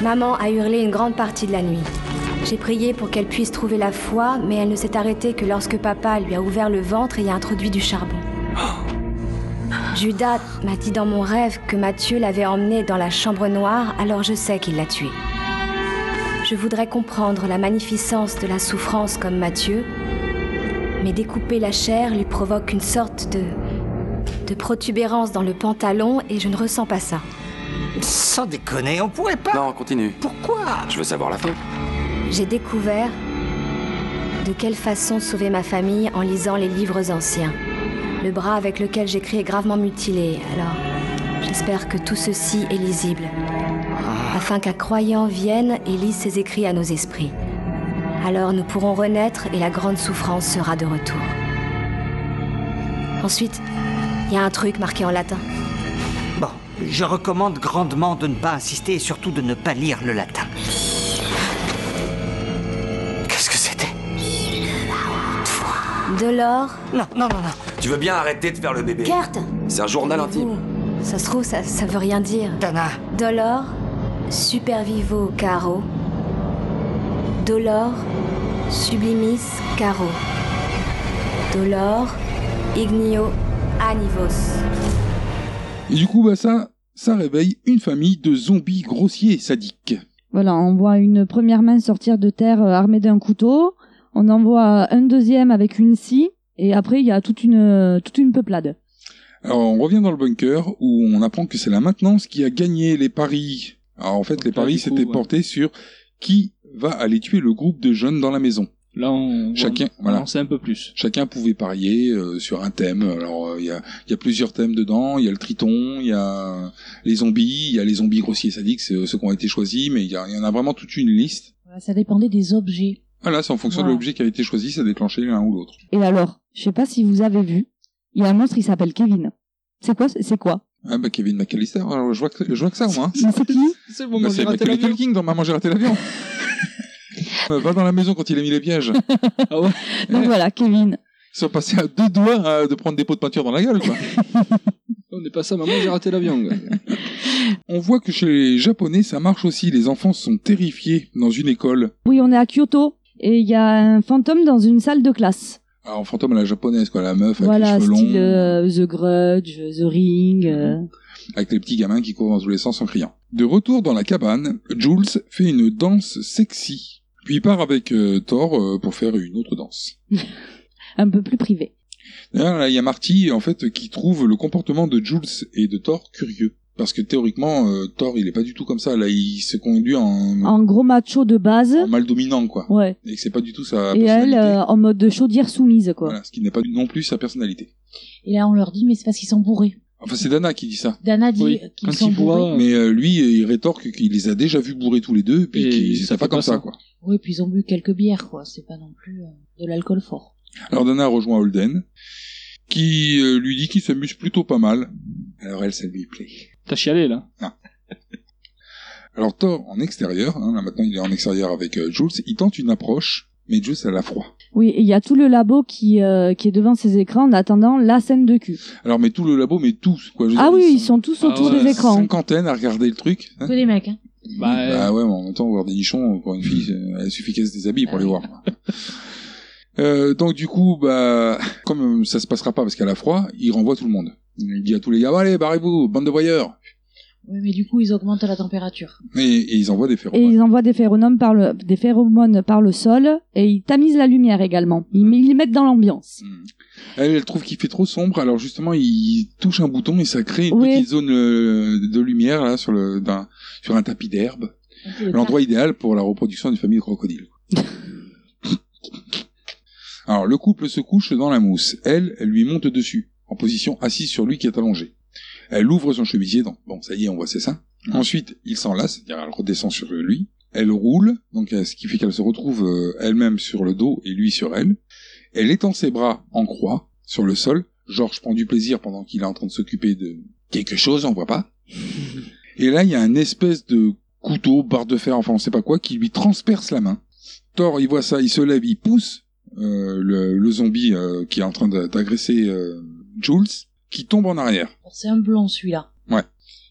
Speaker 10: Maman a hurlé une grande partie de la nuit. J'ai prié pour qu'elle puisse trouver la foi, mais elle ne s'est arrêtée que lorsque papa lui a ouvert le ventre et y a introduit du charbon. Judas m'a dit dans mon rêve que Mathieu l'avait emmené dans la chambre noire, alors je sais qu'il l'a tué. Je voudrais comprendre la magnificence de la souffrance comme Mathieu, mais découper la chair lui provoque une sorte de. de protubérance dans le pantalon et je ne ressens pas ça.
Speaker 9: Sans déconner, on pourrait pas.
Speaker 11: Non, continue.
Speaker 9: Pourquoi
Speaker 11: Je veux savoir la fin.
Speaker 10: J'ai découvert de quelle façon sauver ma famille en lisant les livres anciens. Le bras avec lequel j'écris est gravement mutilé, alors j'espère que tout ceci est lisible, afin qu'un croyant vienne et lise ses écrits à nos esprits. Alors nous pourrons renaître et la grande souffrance sera de retour. Ensuite, il y a un truc marqué en latin.
Speaker 9: Bon, je recommande grandement de ne pas insister et surtout de ne pas lire le latin. Qu'est-ce que c'était
Speaker 10: De l'or,
Speaker 9: Non, non, non, non.
Speaker 11: Tu veux bien arrêter de faire le bébé
Speaker 10: Kurt
Speaker 11: C'est un journal intime.
Speaker 10: Ça se trouve, ça, ça veut rien dire.
Speaker 9: Dana,
Speaker 10: Dolor, Supervivo Caro. Dolor, Sublimis Caro. Dolor, Ignio Anivos.
Speaker 5: Et du coup, bah ça, ça réveille une famille de zombies grossiers et sadiques.
Speaker 8: Voilà, on voit une première main sortir de terre euh, armée d'un couteau. On en voit un deuxième avec une scie. Et après, il y a toute une, euh, toute une peuplade.
Speaker 5: Alors, on revient dans le bunker où on apprend que c'est la maintenance qui a gagné les paris. Alors, en fait,
Speaker 7: Donc
Speaker 5: les
Speaker 7: là,
Speaker 5: paris
Speaker 7: du coup,
Speaker 5: s'étaient
Speaker 7: ouais.
Speaker 5: portés sur qui va aller tuer le groupe de jeunes dans la maison.
Speaker 7: Là, on,
Speaker 5: Chacun,
Speaker 7: on,
Speaker 5: voilà.
Speaker 7: on en sait un peu plus.
Speaker 5: Chacun pouvait parier euh, sur un thème. Alors, euh, il y, a, il y a plusieurs thèmes dedans. Il y a le triton, il y a les zombies, il y a les zombies grossiers et sadiques, c'est euh, ceux qui ont été choisis, mais il y, a- il y en a vraiment toute une liste.
Speaker 6: Voilà, ça dépendait des objets.
Speaker 5: Voilà, c'est en fonction de
Speaker 8: Voilà.
Speaker 5: l'objet qui a été choisi, ça déclenchait l'un ou l'autre.
Speaker 8: Et alors, je sais pas si vous avez vu, il y a un monstre, il s'appelle Kevin. C'est quoi C'est quoi
Speaker 5: Ah bah Kevin McAllister, alors je vois que, je vois que ça moi. hein.
Speaker 8: Mais c'est qui
Speaker 7: C'est bon,
Speaker 5: Bah, c'est Macaulay Culkin dans Maman j'ai raté l'avion. Euh, Va dans la maison quand il a mis les pièges.
Speaker 8: Donc voilà, Kevin.
Speaker 5: Ils sont passés à deux doigts euh, de prendre des pots de peinture dans la gueule. Quoi.
Speaker 7: On n'est pas ça, maman, j'ai raté l'avion. quoi.
Speaker 5: On voit que chez les Japonais ça marche aussi. Les enfants sont terrifiés dans une école.
Speaker 8: Oui, on est à Kyoto et il y a un fantôme dans une salle de classe.
Speaker 5: Alors, Ah, en fantôme à la japonaise, quoi, la meuf avec
Speaker 8: Voilà,
Speaker 5: les cheveux longs,
Speaker 8: style euh, The Grudge, The Ring. euh.
Speaker 5: avec les petits gamins qui courent dans tous les sens en criant. De retour dans la cabane, Jules fait une danse sexy, puis part avec euh, Thor euh, pour faire une autre danse.
Speaker 8: un peu plus privé.
Speaker 5: D'ailleurs, là, il y a Marty, en fait, qui trouve le comportement de Jules et de Thor curieux. Parce que théoriquement, euh, Thor, il est pas du tout comme ça. Là, il se conduit en,
Speaker 8: En gros macho de base.
Speaker 5: en mal dominant, quoi.
Speaker 8: Ouais.
Speaker 5: Et que c'est pas du tout sa
Speaker 8: Et elle,
Speaker 5: personnalité.
Speaker 8: euh, en mode de chaudière soumise, quoi.
Speaker 5: Voilà, ce qui n'est pas non plus sa personnalité.
Speaker 6: Et là, on leur dit, mais c'est parce qu'ils sont bourrés.
Speaker 5: Enfin, c'est Dana qui dit ça.
Speaker 6: Dana dit
Speaker 5: Oui,
Speaker 6: qu'ils sont bourrés.
Speaker 5: Mais euh, lui, euh, il rétorque qu'il les a déjà vus bourrés tous les deux, puis qu'il c'était pas comme ça, quoi.
Speaker 6: Oui, puis ils ont bu quelques bières, quoi. C'est pas non plus euh, de l'alcool fort.
Speaker 5: Alors Dana rejoint Holden, qui euh, lui dit qu'il s'amuse plutôt pas mal. Alors elle, ça lui plaît.
Speaker 7: T'as chialé là
Speaker 5: Alors Thor, en extérieur, hein, là maintenant il est en extérieur avec euh, Jules, il tente une approche, mais Jules, elle a froid.
Speaker 8: Oui, et il y a tout le labo qui, euh, qui est devant ses écrans en attendant la scène de cul.
Speaker 5: Alors mais tout le labo, mais tous, quoi. je veux
Speaker 8: Ah
Speaker 5: dire,
Speaker 8: oui, ils sont tous autour
Speaker 5: Ah
Speaker 8: des écrans.
Speaker 5: Cinquantaine à regarder le truc. hein.
Speaker 6: Que des mecs, hein.
Speaker 7: Bah,
Speaker 5: Bah ouais, mais en même temps, voir des nichons, pour une fille, euh, il suffit qu'elle se déshabille pour les voir. Euh, donc du coup, bah, comme euh, ça se passera pas parce qu'elle a froid, il renvoie tout le monde. Il dit à tous les gars, Bon, allez, barrez-vous, bande de voyeurs.
Speaker 6: Oui, mais du coup, ils augmentent la température.
Speaker 5: Et, et ils envoient des ferrons.
Speaker 8: Et ils envoient des phéromones par le, des phéromones par le sol et ils tamisent la lumière également. Ils, ils les mettent dans l'ambiance.
Speaker 5: Mm. Elle, elle trouve qu'il fait trop sombre, alors justement, il touche un bouton et ça crée une
Speaker 8: Oui.
Speaker 5: petite zone euh, de lumière là sur le d'un- sur un tapis d'herbe. L'endroit idéal pour la reproduction d'une famille de crocodiles. Alors, le couple se couche dans la mousse. Elle, elle lui monte dessus, en position assise sur lui qui est allongé. Elle ouvre son chemisier, donc bon, ça y est, on voit ses seins. Ensuite, il s'enlace, c'est-à-dire elle redescend sur lui. Elle roule, donc euh, ce qui fait qu'elle se retrouve euh, elle-même sur le dos et lui sur elle. Elle étend ses bras en croix sur le sol. Georges prend du plaisir pendant qu'il est en train de s'occuper de quelque chose, on voit pas. Et là, il y a un espèce de couteau, barre de fer, enfin on sait pas quoi, qui lui transperce la main. Thor, il voit ça, il se lève, il pousse euh, le, le zombie euh, qui est en train de- d'agresser euh, Jules, qui tombe en arrière.
Speaker 6: Bon, C'est un blond, celui-là.
Speaker 5: Ouais.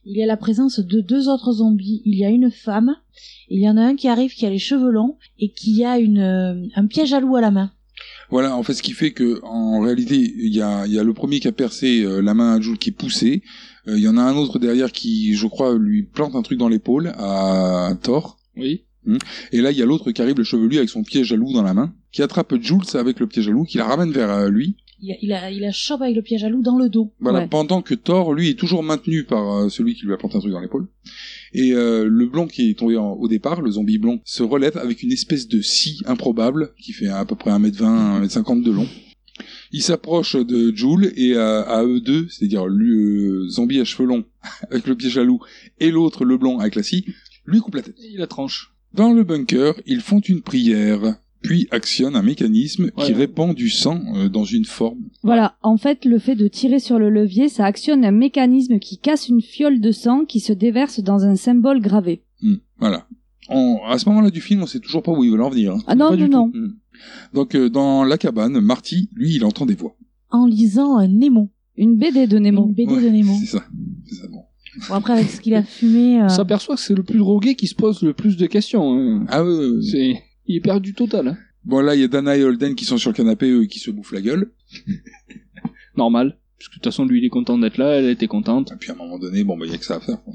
Speaker 6: Il y a la présence de deux autres zombies. Il y a une femme. Et il y en a un qui arrive qui a les cheveux longs et qui a une, euh, un piège à loup à la main.
Speaker 5: Voilà, en fait, ce qui fait que en réalité, il y a, il y a le premier qui a percé euh, la main à Jules qui est poussé. Euh, Il y en a un autre derrière qui, je crois, lui plante un truc dans l'épaule à Thor.
Speaker 7: Oui.
Speaker 5: Hmm. Et là, il y a l'autre qui arrive, le chevelu, avec son piège à loup dans la main, qui attrape Jules avec le piège à loup, qui la ramène vers euh, lui.
Speaker 6: Il a, il a, il a chope avec le piège à loup dans le dos.
Speaker 5: Voilà, pendant que Thor, lui, est toujours maintenu par euh, celui qui lui a planté un truc dans l'épaule. Et euh, le blond qui est tombé en- au départ, le zombie blond, se relève avec une espèce de scie improbable, qui fait à peu près 1m20, 1m50 de long. Il s'approche de Jules et à, à eux deux, c'est-à-dire le euh, zombie à cheveux longs avec le pied jaloux et l'autre, le blond, avec la scie, lui coupe la tête.
Speaker 7: il la tranche.
Speaker 5: Dans le bunker, ils font une prière, puis actionnent un mécanisme qui
Speaker 7: Ouais.
Speaker 5: répand du sang euh, dans une forme.
Speaker 8: Voilà, en fait, le fait de tirer sur le levier, ça actionne un mécanisme qui casse une fiole de sang qui se déverse dans un symbole gravé.
Speaker 5: Hmm, voilà. On- à ce moment-là du film, on sait toujours pas où ils veulent en venir. hein.
Speaker 8: Ah non,
Speaker 5: Pas du
Speaker 8: non,
Speaker 5: tout. Hmm. Donc euh, dans la cabane, Marty, lui, il entend des voix.
Speaker 6: En lisant un Nemo.
Speaker 8: Une BD de Nemo.
Speaker 6: Une BD
Speaker 5: Ouais,
Speaker 6: de Nemo.
Speaker 5: C'est ça. C'est ça, bon.
Speaker 6: Bon, après, avec ce qu'il a fumé. euh,
Speaker 7: On s'aperçoit que c'est le plus drogué qui se pose le plus de questions. hein.
Speaker 5: Ah ouais, ouais, ouais.
Speaker 7: C'est... Il est perdu total. hein.
Speaker 5: Bon là, il y a Dana et Holden qui sont sur le canapé, eux, qui se bouffent la gueule.
Speaker 7: Normal. Parce que de toute façon, lui, il est content d'être là, elle était contente.
Speaker 5: Et puis à un moment donné, bon, bah, il y a que ça à faire. quoi.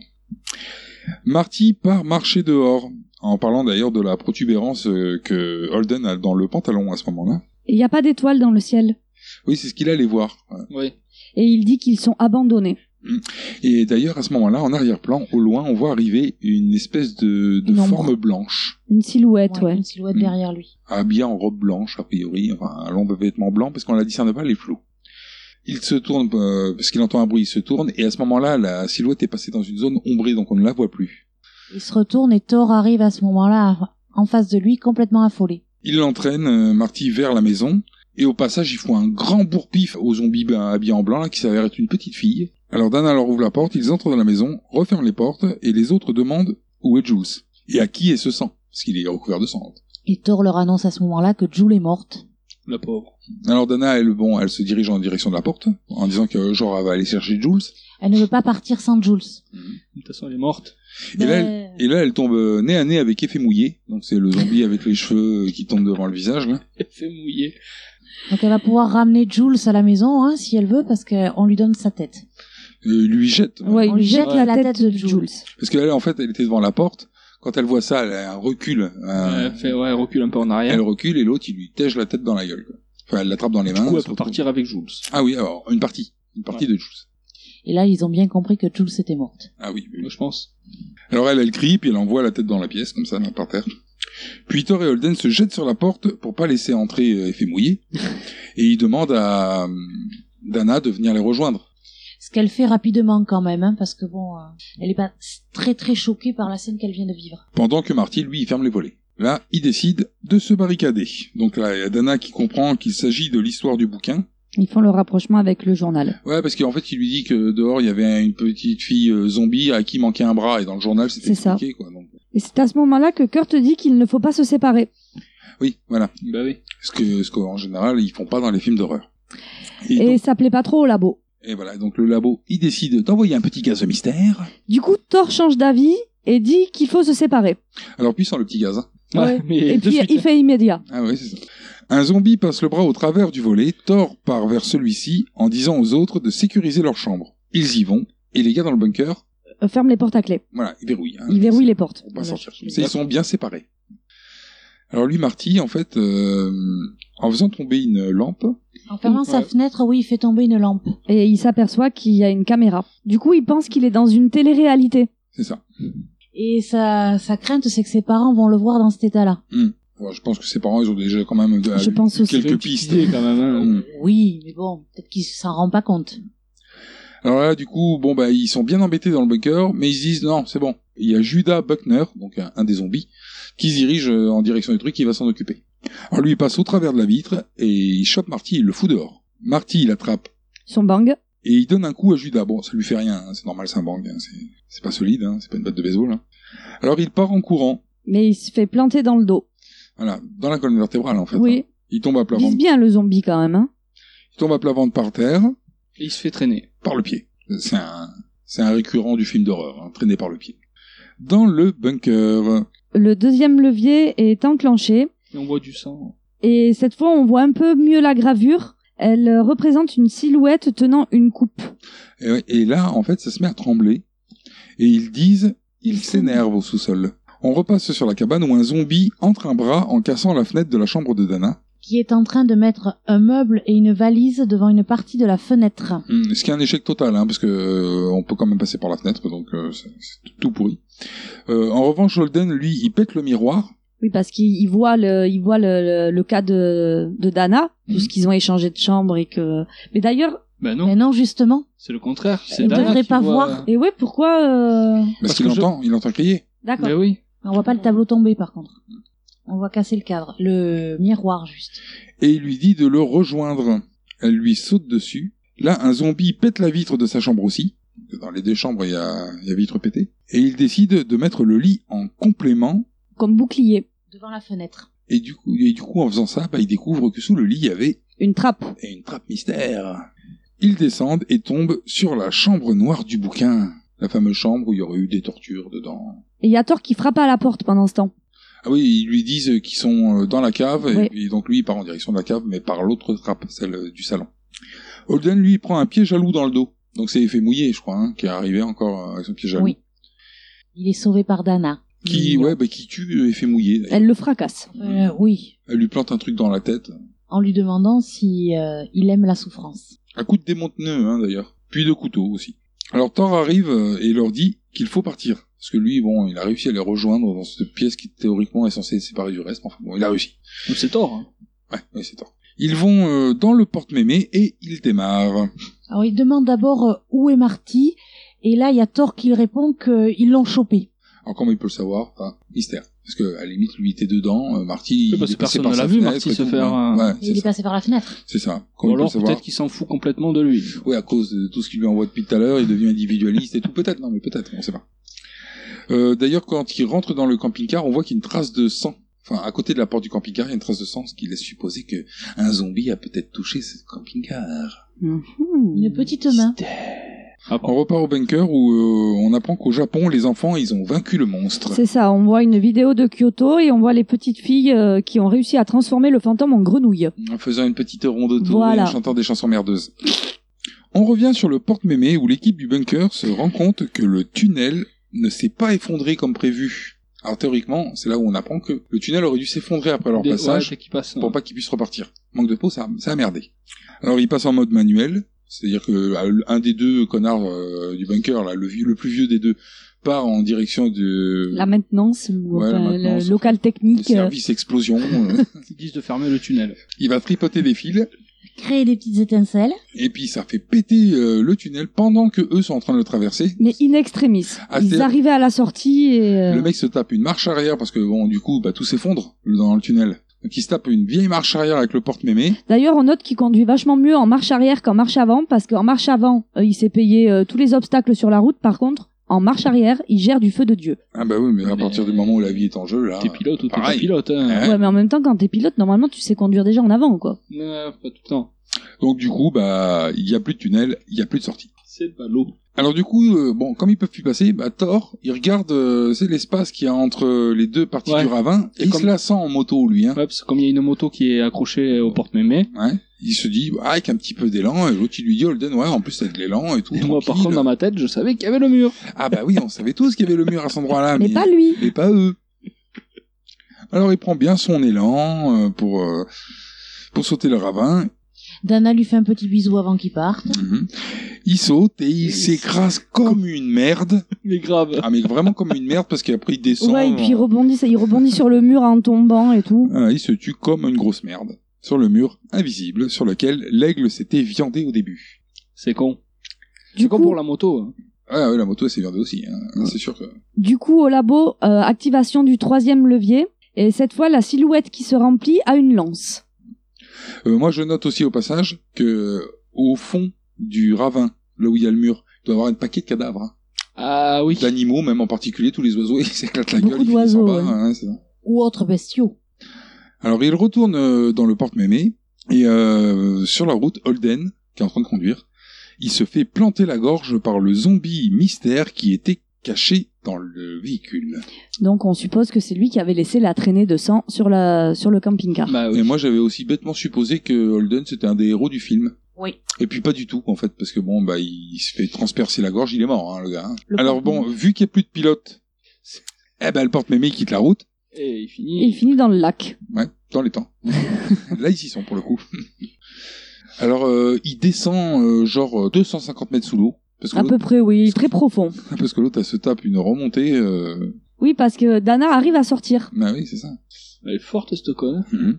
Speaker 5: Marty part marcher dehors, en parlant d'ailleurs de la protubérance euh, que Holden a dans le pantalon à ce moment-là.
Speaker 8: Il n'y a pas d'étoiles dans le ciel.
Speaker 5: Oui, c'est ce qu'il allait voir. euh, Voilà.
Speaker 7: Oui.
Speaker 8: Et il dit qu'ils sont abandonnés.
Speaker 5: Et d'ailleurs, à ce moment-là, en arrière-plan, au loin, on voit arriver une espèce de, de
Speaker 6: Une ombre.
Speaker 5: forme blanche.
Speaker 8: Une silhouette,
Speaker 6: ouais,
Speaker 8: ouais.
Speaker 6: Une silhouette
Speaker 5: Mm.
Speaker 6: derrière lui.
Speaker 5: habillé en robe blanche, a priori, enfin un long vêtement blanc, parce qu'on la discerne pas, elle est floue. Il se tourne, euh, parce qu'il entend un bruit, il se tourne, et à ce moment-là, la silhouette est passée dans une zone ombrée, donc on ne la voit plus.
Speaker 6: Il se retourne et Thor arrive à ce moment-là en face de lui, complètement affolé.
Speaker 5: Il l'entraîne, euh, Marty, vers la maison, et au passage, il faut un grand bourpif aux zombies ben, habillés en blanc, là, qui s'avère être une petite fille. Alors Dana leur ouvre la porte, ils entrent dans la maison, referment les portes, et les autres demandent où est Jules, et à qui est ce sang, parce qu'il est recouvert de sang.
Speaker 6: Et Thor leur annonce à ce moment-là que Jules est morte.
Speaker 7: La pauvre.
Speaker 5: Alors Dana, elle, bon, elle se dirige en direction de la porte, en disant que euh, genre, elle va aller chercher Jules.
Speaker 6: Elle ne veut pas partir sans Jules.
Speaker 7: De toute façon, elle est morte.
Speaker 5: Et là, elle, et là, elle tombe euh, nez à nez avec Effet Mouillé. Donc, c'est le zombie avec les cheveux qui tombe devant le visage, là.
Speaker 7: Effet Mouillé.
Speaker 6: Donc elle va pouvoir ramener Jules à la maison hein, si elle veut parce qu'on lui donne sa tête.
Speaker 5: Et il lui jette.
Speaker 6: Ouais, il lui jette la, tête de Jules.
Speaker 5: Parce qu'elle, en fait, elle était devant la porte. Quand elle voit ça, elle, elle recule. euh,
Speaker 7: Elle fait, ouais, elle recule un peu en arrière.
Speaker 5: Elle recule et l'autre, il lui tège la tête dans la gueule. quoi. Enfin, elle l'attrape dans les mains.
Speaker 7: coup, elle
Speaker 5: se
Speaker 7: peut
Speaker 5: retrouve-
Speaker 7: partir avec Jules.
Speaker 5: Ah oui, alors, une partie. Une partie de Jules.
Speaker 6: Et là, ils ont bien compris que Jules était morte.
Speaker 5: Ah oui,
Speaker 7: je pense.
Speaker 5: Alors elle, elle crie, puis elle envoie la tête dans la pièce, comme ça, là, par terre. Puis Thor et Holden se jettent sur la porte pour pas laisser entrer euh, Effet Mouillé. et ils demandent à euh, Dana de venir les rejoindre.
Speaker 6: Ce qu'elle fait rapidement quand même, hein, parce que bon, euh, elle est pas très très choquée par la scène qu'elle vient de vivre.
Speaker 5: Pendant que Marty, lui, il ferme les volets. Là, il décide de se barricader. Donc là, il y a Dana qui comprend qu'il s'agit de l'histoire du bouquin.
Speaker 8: Ils font le rapprochement avec le journal.
Speaker 5: Ouais, parce qu'en fait, il lui dit que dehors, il y avait une petite fille euh, zombie à qui manquait un bras, et dans le journal, c'était
Speaker 8: C'est ça.
Speaker 5: expliqué, quoi. Donc,
Speaker 8: Et c'est à ce moment-là que Kurt dit qu'il ne faut pas se séparer.
Speaker 5: oui, voilà.
Speaker 7: Bah oui.
Speaker 5: Ce que, ce qu'en général, ils font pas dans les films d'horreur.
Speaker 8: Et, ça plaît pas trop au labo.
Speaker 5: Et voilà, donc le labo, il décide d'envoyer un petit gaz au mystère.
Speaker 8: Du coup, Thor change d'avis et dit qu'il faut se séparer.
Speaker 5: Alors, puis sans le petit gaz. hein.
Speaker 8: Ouais. et puis
Speaker 7: hein.
Speaker 8: il fait immédiat.
Speaker 5: Ah ouais, c'est ça. Un zombie passe le bras au travers du volet, Thor part vers celui-ci en disant aux autres de sécuriser leur chambre. Ils y vont, et les gars dans le bunker,
Speaker 8: Euh, Ferme les portes à clé.
Speaker 5: voilà, ils verrouillent. hein.
Speaker 8: Il verrouille les portes.
Speaker 5: Pour pas sortir. Comme ça, ils sont bien séparés. Alors lui, Marty, en fait, euh, en faisant tomber une lampe,
Speaker 6: En fermant sa
Speaker 5: Ouais.
Speaker 6: fenêtre, oui, il fait tomber une lampe.
Speaker 8: Et il s'aperçoit qu'il y a une caméra. Du coup, il pense qu'il est dans une télé-réalité.
Speaker 5: c'est ça.
Speaker 6: Et sa, sa crainte, c'est que ses parents vont le voir dans cet état-là.
Speaker 5: Hmm. Bon, je pense que ses parents, ils ont déjà quand même euh,
Speaker 6: Je pense aussi.
Speaker 5: quelques pistes. quand même.
Speaker 8: hein.
Speaker 6: Oui, mais bon, peut-être qu'il s'en rend pas compte.
Speaker 5: Alors là, du coup, bon, bah, ils sont bien embêtés dans le bunker, mais ils se disent, non, c'est bon. Il y a Judas Buckner, donc un, un des zombies, qui se dirige euh, en direction du truc, il va s'en occuper. Alors lui, il passe au travers de la vitre, et il chope Marty, il le fout dehors. Marty, il attrape,
Speaker 8: Son bang.
Speaker 5: et il donne un coup à Judas. Bon, ça lui fait rien, hein, c'est normal, c'est un bang, hein, c'est- c'est pas solide, hein, c'est pas une batte de baseball. hein. Alors il part en courant,
Speaker 8: Mais il se fait planter dans le dos.
Speaker 5: voilà, dans la colonne vertébrale, en fait.
Speaker 8: Oui.
Speaker 5: hein. Il tombe à plat
Speaker 8: Vise
Speaker 5: ventre,
Speaker 8: bien le zombie quand même. Hein.
Speaker 5: il tombe à plat ventre par terre,
Speaker 7: Et il se fait traîner.
Speaker 5: par le pied. C'est un, c'est un récurrent du film d'horreur, hein, traîné par le pied. Dans le bunker,
Speaker 8: Le deuxième levier est enclenché.
Speaker 7: Et on voit du sang.
Speaker 8: Et cette fois, on voit un peu mieux la gravure. Elle euh, représente une silhouette tenant une coupe.
Speaker 5: Et, ouais, et là, en fait, ça se met à trembler. Et ils disent, ils s'énervent au sous-sol. On repasse sur la cabane où un zombie entre un bras en cassant la fenêtre de la chambre de Dana.
Speaker 6: Qui est en train de mettre un meuble et une valise devant une partie de la fenêtre.
Speaker 5: Hmm, Ce qui est un échec total, hein, parce que euh, on peut quand même passer par la fenêtre, donc euh, c'est c'est tout pourri. Euh, en revanche, Holden, lui, il pète le miroir.
Speaker 8: Oui, parce qu'il il voit le, il voit le, le, le cas de, de Dana, puisqu'ils ont échangé de chambre et que. Mais d'ailleurs,
Speaker 7: Ben non.
Speaker 6: Mais non, justement.
Speaker 7: C'est le contraire. C'est
Speaker 8: on
Speaker 7: Dana
Speaker 8: devrait
Speaker 7: qui
Speaker 8: pas
Speaker 7: voit-
Speaker 8: voir. Et ouais, pourquoi euh,
Speaker 5: Parce,
Speaker 7: Parce
Speaker 5: qu'il
Speaker 7: que je-
Speaker 5: entend, il entend crier.
Speaker 8: D'accord.
Speaker 7: Ben oui.
Speaker 6: On voit pas le tableau tomber par contre. On voit casser le cadre, le miroir juste.
Speaker 5: et il lui dit de le rejoindre. Elle lui saute dessus. Là, un zombie pète la vitre de sa chambre aussi. Dans les deux chambres, il y a, il y a vitre pétée. Et il décide de mettre le lit en complément.
Speaker 8: Comme bouclier.
Speaker 6: Devant la fenêtre.
Speaker 5: Et du coup, et du coup en faisant ça, bah, il découvre que sous le lit, il y avait
Speaker 8: Une trappe.
Speaker 5: une trappe mystère. Ils descendent et tombent sur la chambre noire du bouquin. La fameuse chambre où il y aurait eu des tortures dedans.
Speaker 8: Et il y a Thor qui frappe à la porte pendant ce temps.
Speaker 5: Ah oui, ils lui disent qu'ils sont euh, dans la cave,
Speaker 8: Oui.
Speaker 5: et puis donc lui, il part en direction de la cave, mais par l'autre trappe, celle euh, du salon. Holden, lui, il prend un pied jaloux dans le dos. Donc c'est effet mouillé, je crois, hein, qui est arrivé encore euh, avec son pied jaloux.
Speaker 6: Oui. Il est sauvé par Dana.
Speaker 5: Qui, ouais, bah, qui tue euh, effet mouillé. d'ailleurs.
Speaker 8: Elle le fracasse.
Speaker 6: Euh, oui,
Speaker 5: Elle lui plante un truc dans la tête.
Speaker 6: en lui demandant si euh, il aime la souffrance.
Speaker 5: Un coup de démonte-nœud, hein, d'ailleurs. Puis de couteau aussi. Alors Thor arrive euh, et leur dit qu'il faut partir. Parce que lui, bon, il a réussi à les rejoindre dans cette pièce qui théoriquement est censée les séparer du reste. mais Enfin bon, il a réussi.
Speaker 7: Donc C'est tort. hein.
Speaker 5: Ouais, ouais, c'est Thor. Ils vont euh, dans le porte-mémé et ils démarrent.
Speaker 6: Alors il demande d'abord euh, où est Marty et là il y a Thor qui répond qu'ils l'ont chopé.
Speaker 5: Alors comment il peut le savoir Enfin, Mystère. Parce que à la limite, lui était dedans, euh,
Speaker 7: Oui,
Speaker 5: Marty, il
Speaker 7: parce
Speaker 5: est
Speaker 7: que
Speaker 5: passé
Speaker 7: personne
Speaker 5: par
Speaker 7: ne
Speaker 5: sa
Speaker 7: l'a vu,
Speaker 5: fenêtre
Speaker 7: Marty,
Speaker 5: et
Speaker 7: se
Speaker 5: tout. hein.
Speaker 7: faire, euh,
Speaker 5: Ouais,
Speaker 6: Il
Speaker 5: c'est
Speaker 6: est
Speaker 5: ça.
Speaker 6: passé par la fenêtre.
Speaker 5: C'est ça.
Speaker 7: Ou
Speaker 5: Comment il peut le
Speaker 7: alors
Speaker 5: savoir
Speaker 7: peut-être qu'il s'en fout complètement de lui.
Speaker 5: Oui, à cause de tout ce qu'il lui envoie depuis tout à l'heure, il devient individualiste et tout. Peut-être, non, mais peut-être, on sait pas. Euh, D'ailleurs, quand il rentre dans le camping-car, on voit qu'il y a une trace de sang. Enfin, à côté de la porte du camping-car, il y a une trace de sang, ce qui laisse supposer que
Speaker 8: Mmh.
Speaker 5: un zombie a peut-être touché ce camping-car.
Speaker 6: Une petite main.
Speaker 5: On repart au bunker où euh, on apprend qu'au Japon, les enfants, ils ont vaincu le monstre.
Speaker 8: C'est ça, on voit une vidéo de Kyoto et on voit les petites filles euh, qui ont réussi à transformer le fantôme en grenouille.
Speaker 5: En faisant une petite ronde autour
Speaker 8: Voilà.
Speaker 5: et en chantant des chansons merdeuses. On revient sur le porte-mémé où l'équipe du bunker se rend compte que le tunnel ne s'est pas effondré comme prévu. Alors théoriquement, c'est là où on apprend que le tunnel aurait dû s'effondrer après leur
Speaker 2: Des- ouais,
Speaker 5: passage
Speaker 2: dès qu'il passe,
Speaker 7: hein.
Speaker 5: pour pas qu'ils puissent repartir. Manque de peau, ça, a- ça a merdé. Alors ils passent en mode manuel, c'est-à-dire que euh, un des deux connards euh, du bunker, là, le, vieux- le plus vieux des deux, part en direction de
Speaker 8: La maintenance ou
Speaker 5: Ouais, la
Speaker 8: enfin,
Speaker 5: maintenance.
Speaker 8: le local
Speaker 5: du
Speaker 8: technique. euh,
Speaker 5: service explosion. euh.
Speaker 2: Ils disent de fermer le tunnel.
Speaker 5: il va tripoter des fils
Speaker 6: Créer des petites étincelles.
Speaker 5: Et puis ça fait péter euh, le tunnel pendant que eux sont en train de le traverser.
Speaker 8: Mais in extremis.
Speaker 5: Ah, c'est-
Speaker 8: Ils arrivaient à la sortie et... euh,
Speaker 5: Le mec se tape une marche arrière parce que bon, du coup, bah, tout s'effondre dans le tunnel. Donc il se tape une vieille marche arrière avec le porte-mémé.
Speaker 8: D'ailleurs, on note qu'il conduit vachement mieux en marche arrière qu'en marche avant, parce qu'en marche avant, euh, il s'est payé euh, tous les obstacles sur la route. Par contre, en marche arrière, il gère du feu de Dieu.
Speaker 5: Ah bah oui, mais à partir du moment où la vie est en jeu, là.
Speaker 2: T'es pilote ou t'es pas
Speaker 5: Ah, pareil.
Speaker 2: pilote, hein.
Speaker 8: Ouais, mais en même temps, quand t'es pilote, normalement, tu sais conduire déjà en avant, quoi.
Speaker 2: Euh, pas tout le temps.
Speaker 5: Donc du coup, bah, il y a plus de tunnel, il y a plus de sortie.
Speaker 2: C'est ballot.
Speaker 5: Alors du coup, euh, bon, comme ils peuvent plus passer, bah Thor, il regarde, euh, c'est l'espace qu'il y a entre les deux parties
Speaker 2: Ouais.
Speaker 5: du ravin, et,
Speaker 2: Et
Speaker 5: il
Speaker 2: comme-
Speaker 5: se la sent en moto, lui. Hein.
Speaker 2: Ouais, parce que comme il y a une moto qui est accrochée au porte-mémé,
Speaker 5: Ouais. Il se dit, bah, avec un petit peu d'élan, et l'autre il lui dit, Holden, ouais, en plus t'as de l'élan et tout.
Speaker 2: et moi par
Speaker 5: tranquille.
Speaker 2: contre dans ma tête, je savais qu'il y avait le mur.
Speaker 5: Ah bah oui, on savait tous qu'il y avait le mur à cet endroit-là.
Speaker 8: mais pas lui.
Speaker 5: mais pas eux. Alors il prend bien son élan euh, pour, euh, pour sauter le ravin.
Speaker 6: Dana lui fait un petit bisou avant qu'il parte.
Speaker 5: Mhm. Il saute et il s'écrase comme une merde.
Speaker 2: Mais grave.
Speaker 5: Ah mais vraiment comme une merde parce qu'après il descend.
Speaker 8: Ouais, et puis il
Speaker 2: euh,
Speaker 8: rebondit, il rebondit sur le mur en tombant et tout.
Speaker 5: Ah, il se tue comme une grosse merde. Sur le mur invisible sur lequel l'aigle s'était viandé au début.
Speaker 2: C'est con.
Speaker 8: Du
Speaker 2: C'est con
Speaker 8: coup,
Speaker 2: pour la moto. hein.
Speaker 5: Ah oui, la moto elle s'est viandée aussi. hein. C'est sûr que...
Speaker 8: du coup, au labo, euh, activation du troisième levier. Et cette fois, la silhouette qui se remplit a une lance.
Speaker 5: Euh, moi, je note aussi au passage que euh, au fond du ravin, là où il y a le mur, il doit y avoir un paquet de cadavres, hein.
Speaker 2: Ah oui.
Speaker 5: d'animaux, même en particulier tous les oiseaux, ils s'éclatent la
Speaker 6: Beaucoup
Speaker 5: gueule, ils finissent
Speaker 6: d'oiseaux,
Speaker 5: en bas.
Speaker 6: ouais.
Speaker 5: hein, c'est ça.
Speaker 6: Ou autres bestiaux.
Speaker 5: Alors, il retourne euh, dans le porte-mémé et euh, sur la route, Holden, qui est en train de conduire, il se fait planter la gorge par le zombie mystère qui était caché dans le véhicule.
Speaker 8: Donc, on suppose que c'est lui qui avait laissé la traînée de sang sur, la, sur le camping-car.
Speaker 2: Bah
Speaker 5: Et
Speaker 2: oui.
Speaker 5: moi, j'avais aussi bêtement supposé que Holden c'était un des héros du film.
Speaker 6: Oui.
Speaker 5: Et puis pas du tout en fait, parce que bon, bah, il se fait transpercer la gorge, il est mort, hein, le gars. hein.
Speaker 6: Le
Speaker 5: Alors
Speaker 6: porte-mémé.
Speaker 5: bon, vu qu'il n'y a plus de pilote, eh ben le porte-mémé quitte la route,
Speaker 2: Et Eh, il
Speaker 8: Et
Speaker 2: finit.
Speaker 8: il finit dans le lac.
Speaker 5: ouais, dans les temps. Là, ils y sont pour le coup. Alors, euh, il descend euh, genre euh, 250 mètres sous l'eau, parce que
Speaker 8: À
Speaker 5: l'autre-
Speaker 8: peu près, oui, très profond.
Speaker 5: parce que l'autre, elle se tape une remontée. euh,
Speaker 8: Oui, parce que Dana arrive à sortir.
Speaker 5: Bah oui, c'est ça.
Speaker 2: Elle est forte cette conne.
Speaker 5: Mhm.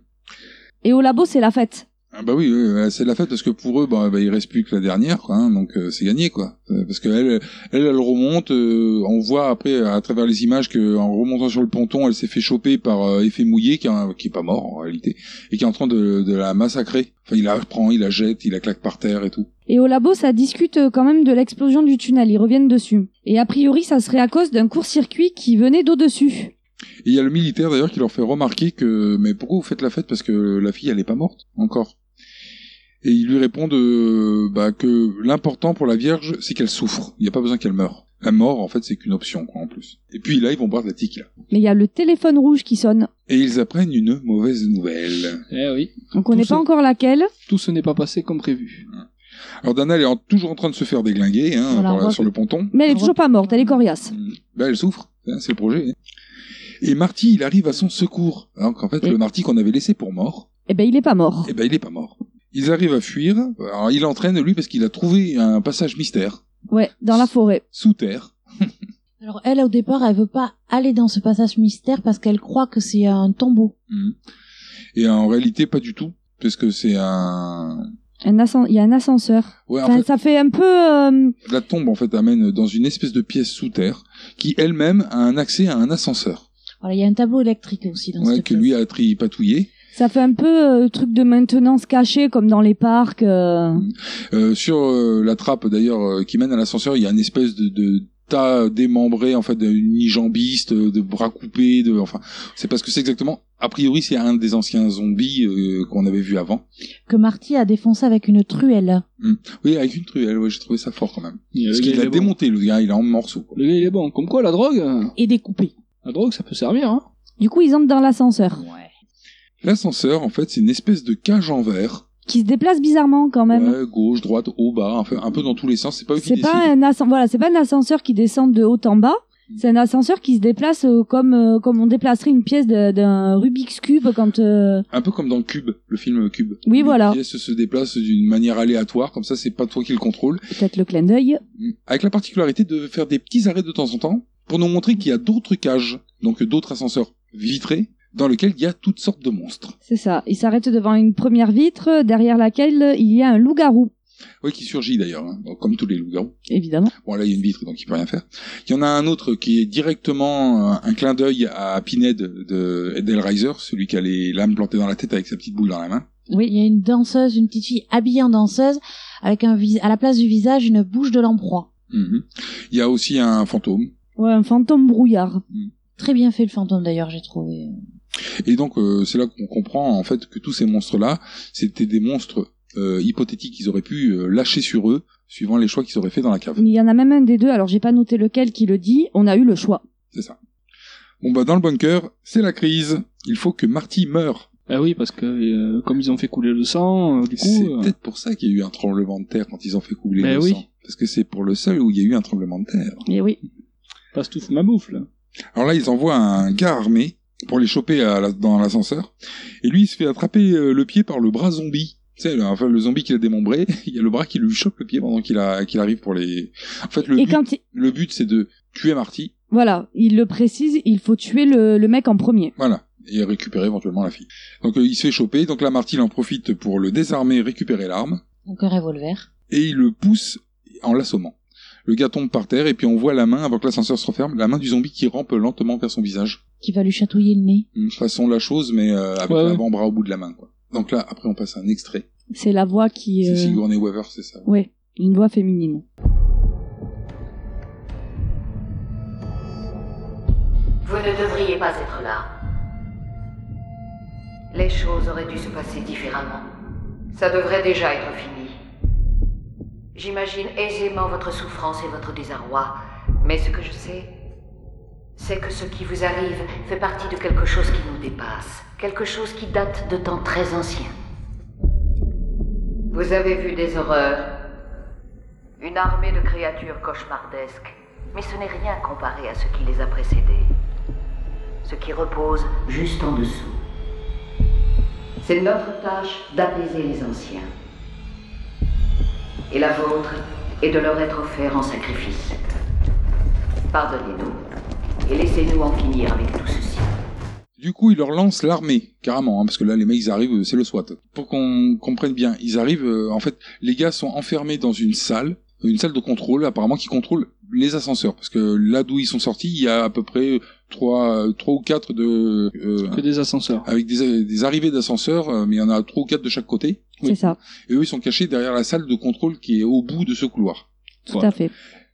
Speaker 8: Et au labo, c'est la fête.
Speaker 5: Ah bah oui, oui, oui, c'est de la fête parce que pour eux, bah, bah, il reste plus que la dernière, quoi, hein, donc euh, c'est gagné, quoi. Euh, parce que elle, elle, elle remonte. euh, on voit après à travers les images que en remontant sur le ponton, elle s'est fait choper par euh, effet mouillé qui, est- qui est pas mort en réalité et qui est en train de, de la massacrer. Enfin, il la reprend, il la jette, il la claque par terre et tout.
Speaker 8: Et au labo, ça discute euh, quand même de l'explosion du tunnel. Ils reviennent dessus. Et a priori, ça serait à cause d'un court-circuit qui venait d'au-dessus.
Speaker 5: Et il y a le militaire d'ailleurs qui leur fait remarquer que mais pourquoi vous faites la fête parce que la fille elle est pas morte encore. Et ils lui répondent euh, bah, que l'important pour la Vierge c'est qu'elle souffre. Il n'y a pas besoin qu'elle meure. La mort en fait c'est qu'une option quoi en plus. Et puis là ils vont boire de la tequila.
Speaker 8: Mais il y a le téléphone rouge qui sonne.
Speaker 5: Et ils apprennent une mauvaise nouvelle.
Speaker 2: Eh oui.
Speaker 8: On connaît
Speaker 2: ça.
Speaker 8: pas encore laquelle.
Speaker 2: Tout ce n'est pas passé comme prévu.
Speaker 5: Alors Dana elle est en- toujours en train de se faire déglinguer hein,
Speaker 6: Voilà,
Speaker 5: par-
Speaker 6: on voit
Speaker 5: sur le ponton.
Speaker 8: Mais elle est
Speaker 6: On
Speaker 8: toujours pas morte, elle est coriace.
Speaker 5: Bah elle souffre. Hein, C'est le projet. hein. Et Marty il arrive à son secours. Alors qu'en fait
Speaker 8: Et-
Speaker 5: le Marty qu'on avait laissé pour mort
Speaker 8: Eh ben, il est pas mort.
Speaker 5: Eh ben, il est pas mort. Ils arrivent à fuir. Alors, il entraîne, lui, parce qu'il a trouvé un passage mystère,
Speaker 8: Ouais, dans la forêt.
Speaker 5: sous terre.
Speaker 6: Alors elle, au départ, elle veut pas aller dans ce passage mystère parce qu'elle croit que c'est un tombeau.
Speaker 5: Hmm. Et en réalité, pas du tout. Parce que c'est un...
Speaker 8: Un ascen- Il y a un ascenseur.
Speaker 5: Ouais, Ah, en
Speaker 8: Enfin,
Speaker 5: fait,
Speaker 8: ça fait un peu. euh,
Speaker 5: la tombe, en fait, amène dans une espèce de pièce sous terre, qui elle-même a un accès à un ascenseur.
Speaker 6: Voilà, il y a un tableau électrique aussi dans
Speaker 5: Ouais,
Speaker 6: cette
Speaker 5: que
Speaker 6: pièce.
Speaker 5: lui a tripatouillé.
Speaker 8: Ça fait un peu euh, truc de maintenance cachée comme dans les parcs. euh.
Speaker 5: Euh, sur euh, la trappe, d'ailleurs, euh, qui mène à l'ascenseur, il y a une espèce de... de tas démembrés, en fait, unijambistes, euh, de bras coupés, de, enfin, c'est parce que c'est exactement, a priori, c'est un des anciens zombies euh, qu'on avait vu avant.
Speaker 6: Que Marty a défoncé avec une truelle.
Speaker 5: Hmm. Oui, avec une truelle, ouais, j'ai trouvé ça fort quand même.
Speaker 2: Euh, Il-
Speaker 5: Parce
Speaker 2: le
Speaker 5: qu'il
Speaker 2: gars,
Speaker 5: a
Speaker 2: il est bon.
Speaker 5: démonté, le gars, il est en morceaux. quoi.
Speaker 2: Le gars, il est bon. Comme quoi, la drogue. euh,
Speaker 6: Et découpé.
Speaker 2: La drogue, ça peut servir, hein.
Speaker 8: Du coup, ils entrent dans l'ascenseur,
Speaker 5: L'ascenseur, en fait, c'est une espèce de cage en verre.
Speaker 8: qui se déplace bizarrement quand même.
Speaker 5: Ouais, gauche, droite, haut, bas, un peu, un peu dans tous les sens. C'est pas eux qui
Speaker 8: C'est
Speaker 5: décident.
Speaker 8: pas un ascenseur, voilà, c'est pas un ascenseur qui descend de haut en bas.
Speaker 5: Mm.
Speaker 8: C'est un ascenseur qui se déplace euh, comme euh, comme on déplacerait une pièce de- d'un Rubik's cube quand euh,
Speaker 5: Un peu comme dans Cube, le film Cube.
Speaker 8: Oui,
Speaker 5: Les
Speaker 8: voilà.
Speaker 5: pièces se déplacent d'une manière aléatoire, comme ça, c'est pas toi qui le contrôle.
Speaker 8: peut-être le clin d'œil.
Speaker 5: Avec la particularité de faire des petits arrêts de temps en temps pour nous montrer qu'il y a d'autres cages, donc d'autres ascenseurs vitrés, dans lesquels il y a toutes sortes de monstres.
Speaker 8: C'est ça. Il s'arrête devant une première vitre derrière laquelle il y a un loup-garou,
Speaker 5: Oui, qui surgit d'ailleurs, hein, comme tous les loups-garous.
Speaker 8: évidemment.
Speaker 5: Bon, là, il y a une vitre, donc il peut rien faire. Il y en a un autre qui est directement euh, un clin d'œil à Pinhead de Edelreiser, celui qui a les lames plantées dans la tête avec sa petite boule dans la main.
Speaker 6: Oui, il y a une danseuse, une petite fille habillée en danseuse, avec un vis- à la place du visage une bouche de lamproie.
Speaker 5: Mhm. Il y a aussi un fantôme.
Speaker 8: Ouais, un fantôme brouillard.
Speaker 6: Très bien fait le fantôme d'ailleurs, j'ai trouvé.
Speaker 5: Et donc, euh, c'est là qu'on comprend, en fait, que tous ces monstres-là, c'était des monstres euh, hypothétiques qu'ils auraient pu euh, lâcher sur eux, suivant les choix qu'ils auraient fait dans la cave.
Speaker 8: Il y en a même un des deux, alors j'ai pas noté lequel qui le dit, on a eu le choix.
Speaker 5: C'est ça. Bon, bah, dans le bunker, c'est la crise. Il faut que Marty meure.
Speaker 2: Bah oui, parce que euh, comme ils ont fait couler le sang, euh, du
Speaker 5: C'est
Speaker 2: coup. euh,
Speaker 5: peut-être pour ça qu'il y a eu un tremblement de terre quand ils ont fait couler
Speaker 2: Mais
Speaker 5: le
Speaker 2: oui.
Speaker 5: sang. Parce que c'est pour le seul où il y a eu un tremblement de terre.
Speaker 8: Et oui.
Speaker 2: Passe tout ma bouffe, là.
Speaker 5: Alors là, ils envoient un gars armé pour les choper à la- dans l'ascenseur. Et lui, il se fait attraper euh, le pied par le bras zombie. Tu sais, le, enfin, le zombie qu'il a démembré, il y a le bras qui lui chope le pied pendant qu'il a- qu'il arrive pour les... En fait, le
Speaker 8: Et
Speaker 5: but,
Speaker 8: quand il-
Speaker 5: le but, c'est de tuer Marty,
Speaker 8: voilà, il le précise, il faut tuer le, le mec en premier.
Speaker 5: voilà, et récupérer éventuellement la fille. Donc euh, il se fait choper, donc là, Marty, il en profite pour le désarmer, récupérer l'arme,
Speaker 6: Donc un revolver.
Speaker 5: et il le pousse en l'assommant. Le gars tombe par terre, et puis on voit la main, avant que l'ascenseur se referme, la main du zombie qui rampe lentement vers son visage.
Speaker 6: Qui va lui chatouiller le nez.
Speaker 5: Hum, façon la chose, mais euh, avec
Speaker 2: Ouais, ouais.
Speaker 5: l'avant-bras au bout de la main. Quoi. Donc là, après, on passe à un extrait.
Speaker 8: C'est la voix qui...
Speaker 5: C'est
Speaker 8: euh,
Speaker 5: Sigourney Weaver, c'est ça.
Speaker 8: Ouais, une voix féminine.
Speaker 12: Vous ne devriez pas être là. Les choses auraient dû se passer différemment. Ça devrait déjà être fini. J'imagine aisément votre souffrance et votre désarroi, mais ce que je sais, c'est que ce qui vous arrive fait partie de quelque chose qui nous dépasse, quelque chose qui date de temps très ancien. Vous avez vu des horreurs, une armée de créatures cauchemardesques, mais ce n'est rien comparé à ce qui les a précédées, ce qui repose juste en dessous. C'est notre tâche d'apaiser les anciens. Et la vôtre est de leur être offert en sacrifice. Pardonnez-nous et laissez-nous en finir avec tout ceci.
Speaker 5: Du coup, il leur lance l'armée, carrément, hein, parce que là, les mecs, ils arrivent, euh, c'est le SWAT. Pour qu'on comprenne bien, ils arrivent, euh, en fait, les gars sont enfermés dans une salle, euh, une salle de contrôle, apparemment, qui contrôle les ascenseurs, parce que là d'où ils sont sortis, il y a à peu près trois, euh, trois ou quatre de... euh,
Speaker 2: Que des ascenseurs.
Speaker 5: avec des, des arrivées d'ascenseurs, euh, mais il y en a trois ou quatre de chaque côté.
Speaker 8: C'est ça,
Speaker 5: Et eux, ils sont cachés derrière la salle de contrôle qui est au bout de ce couloir.
Speaker 8: tout
Speaker 5: Voilà.
Speaker 8: à fait.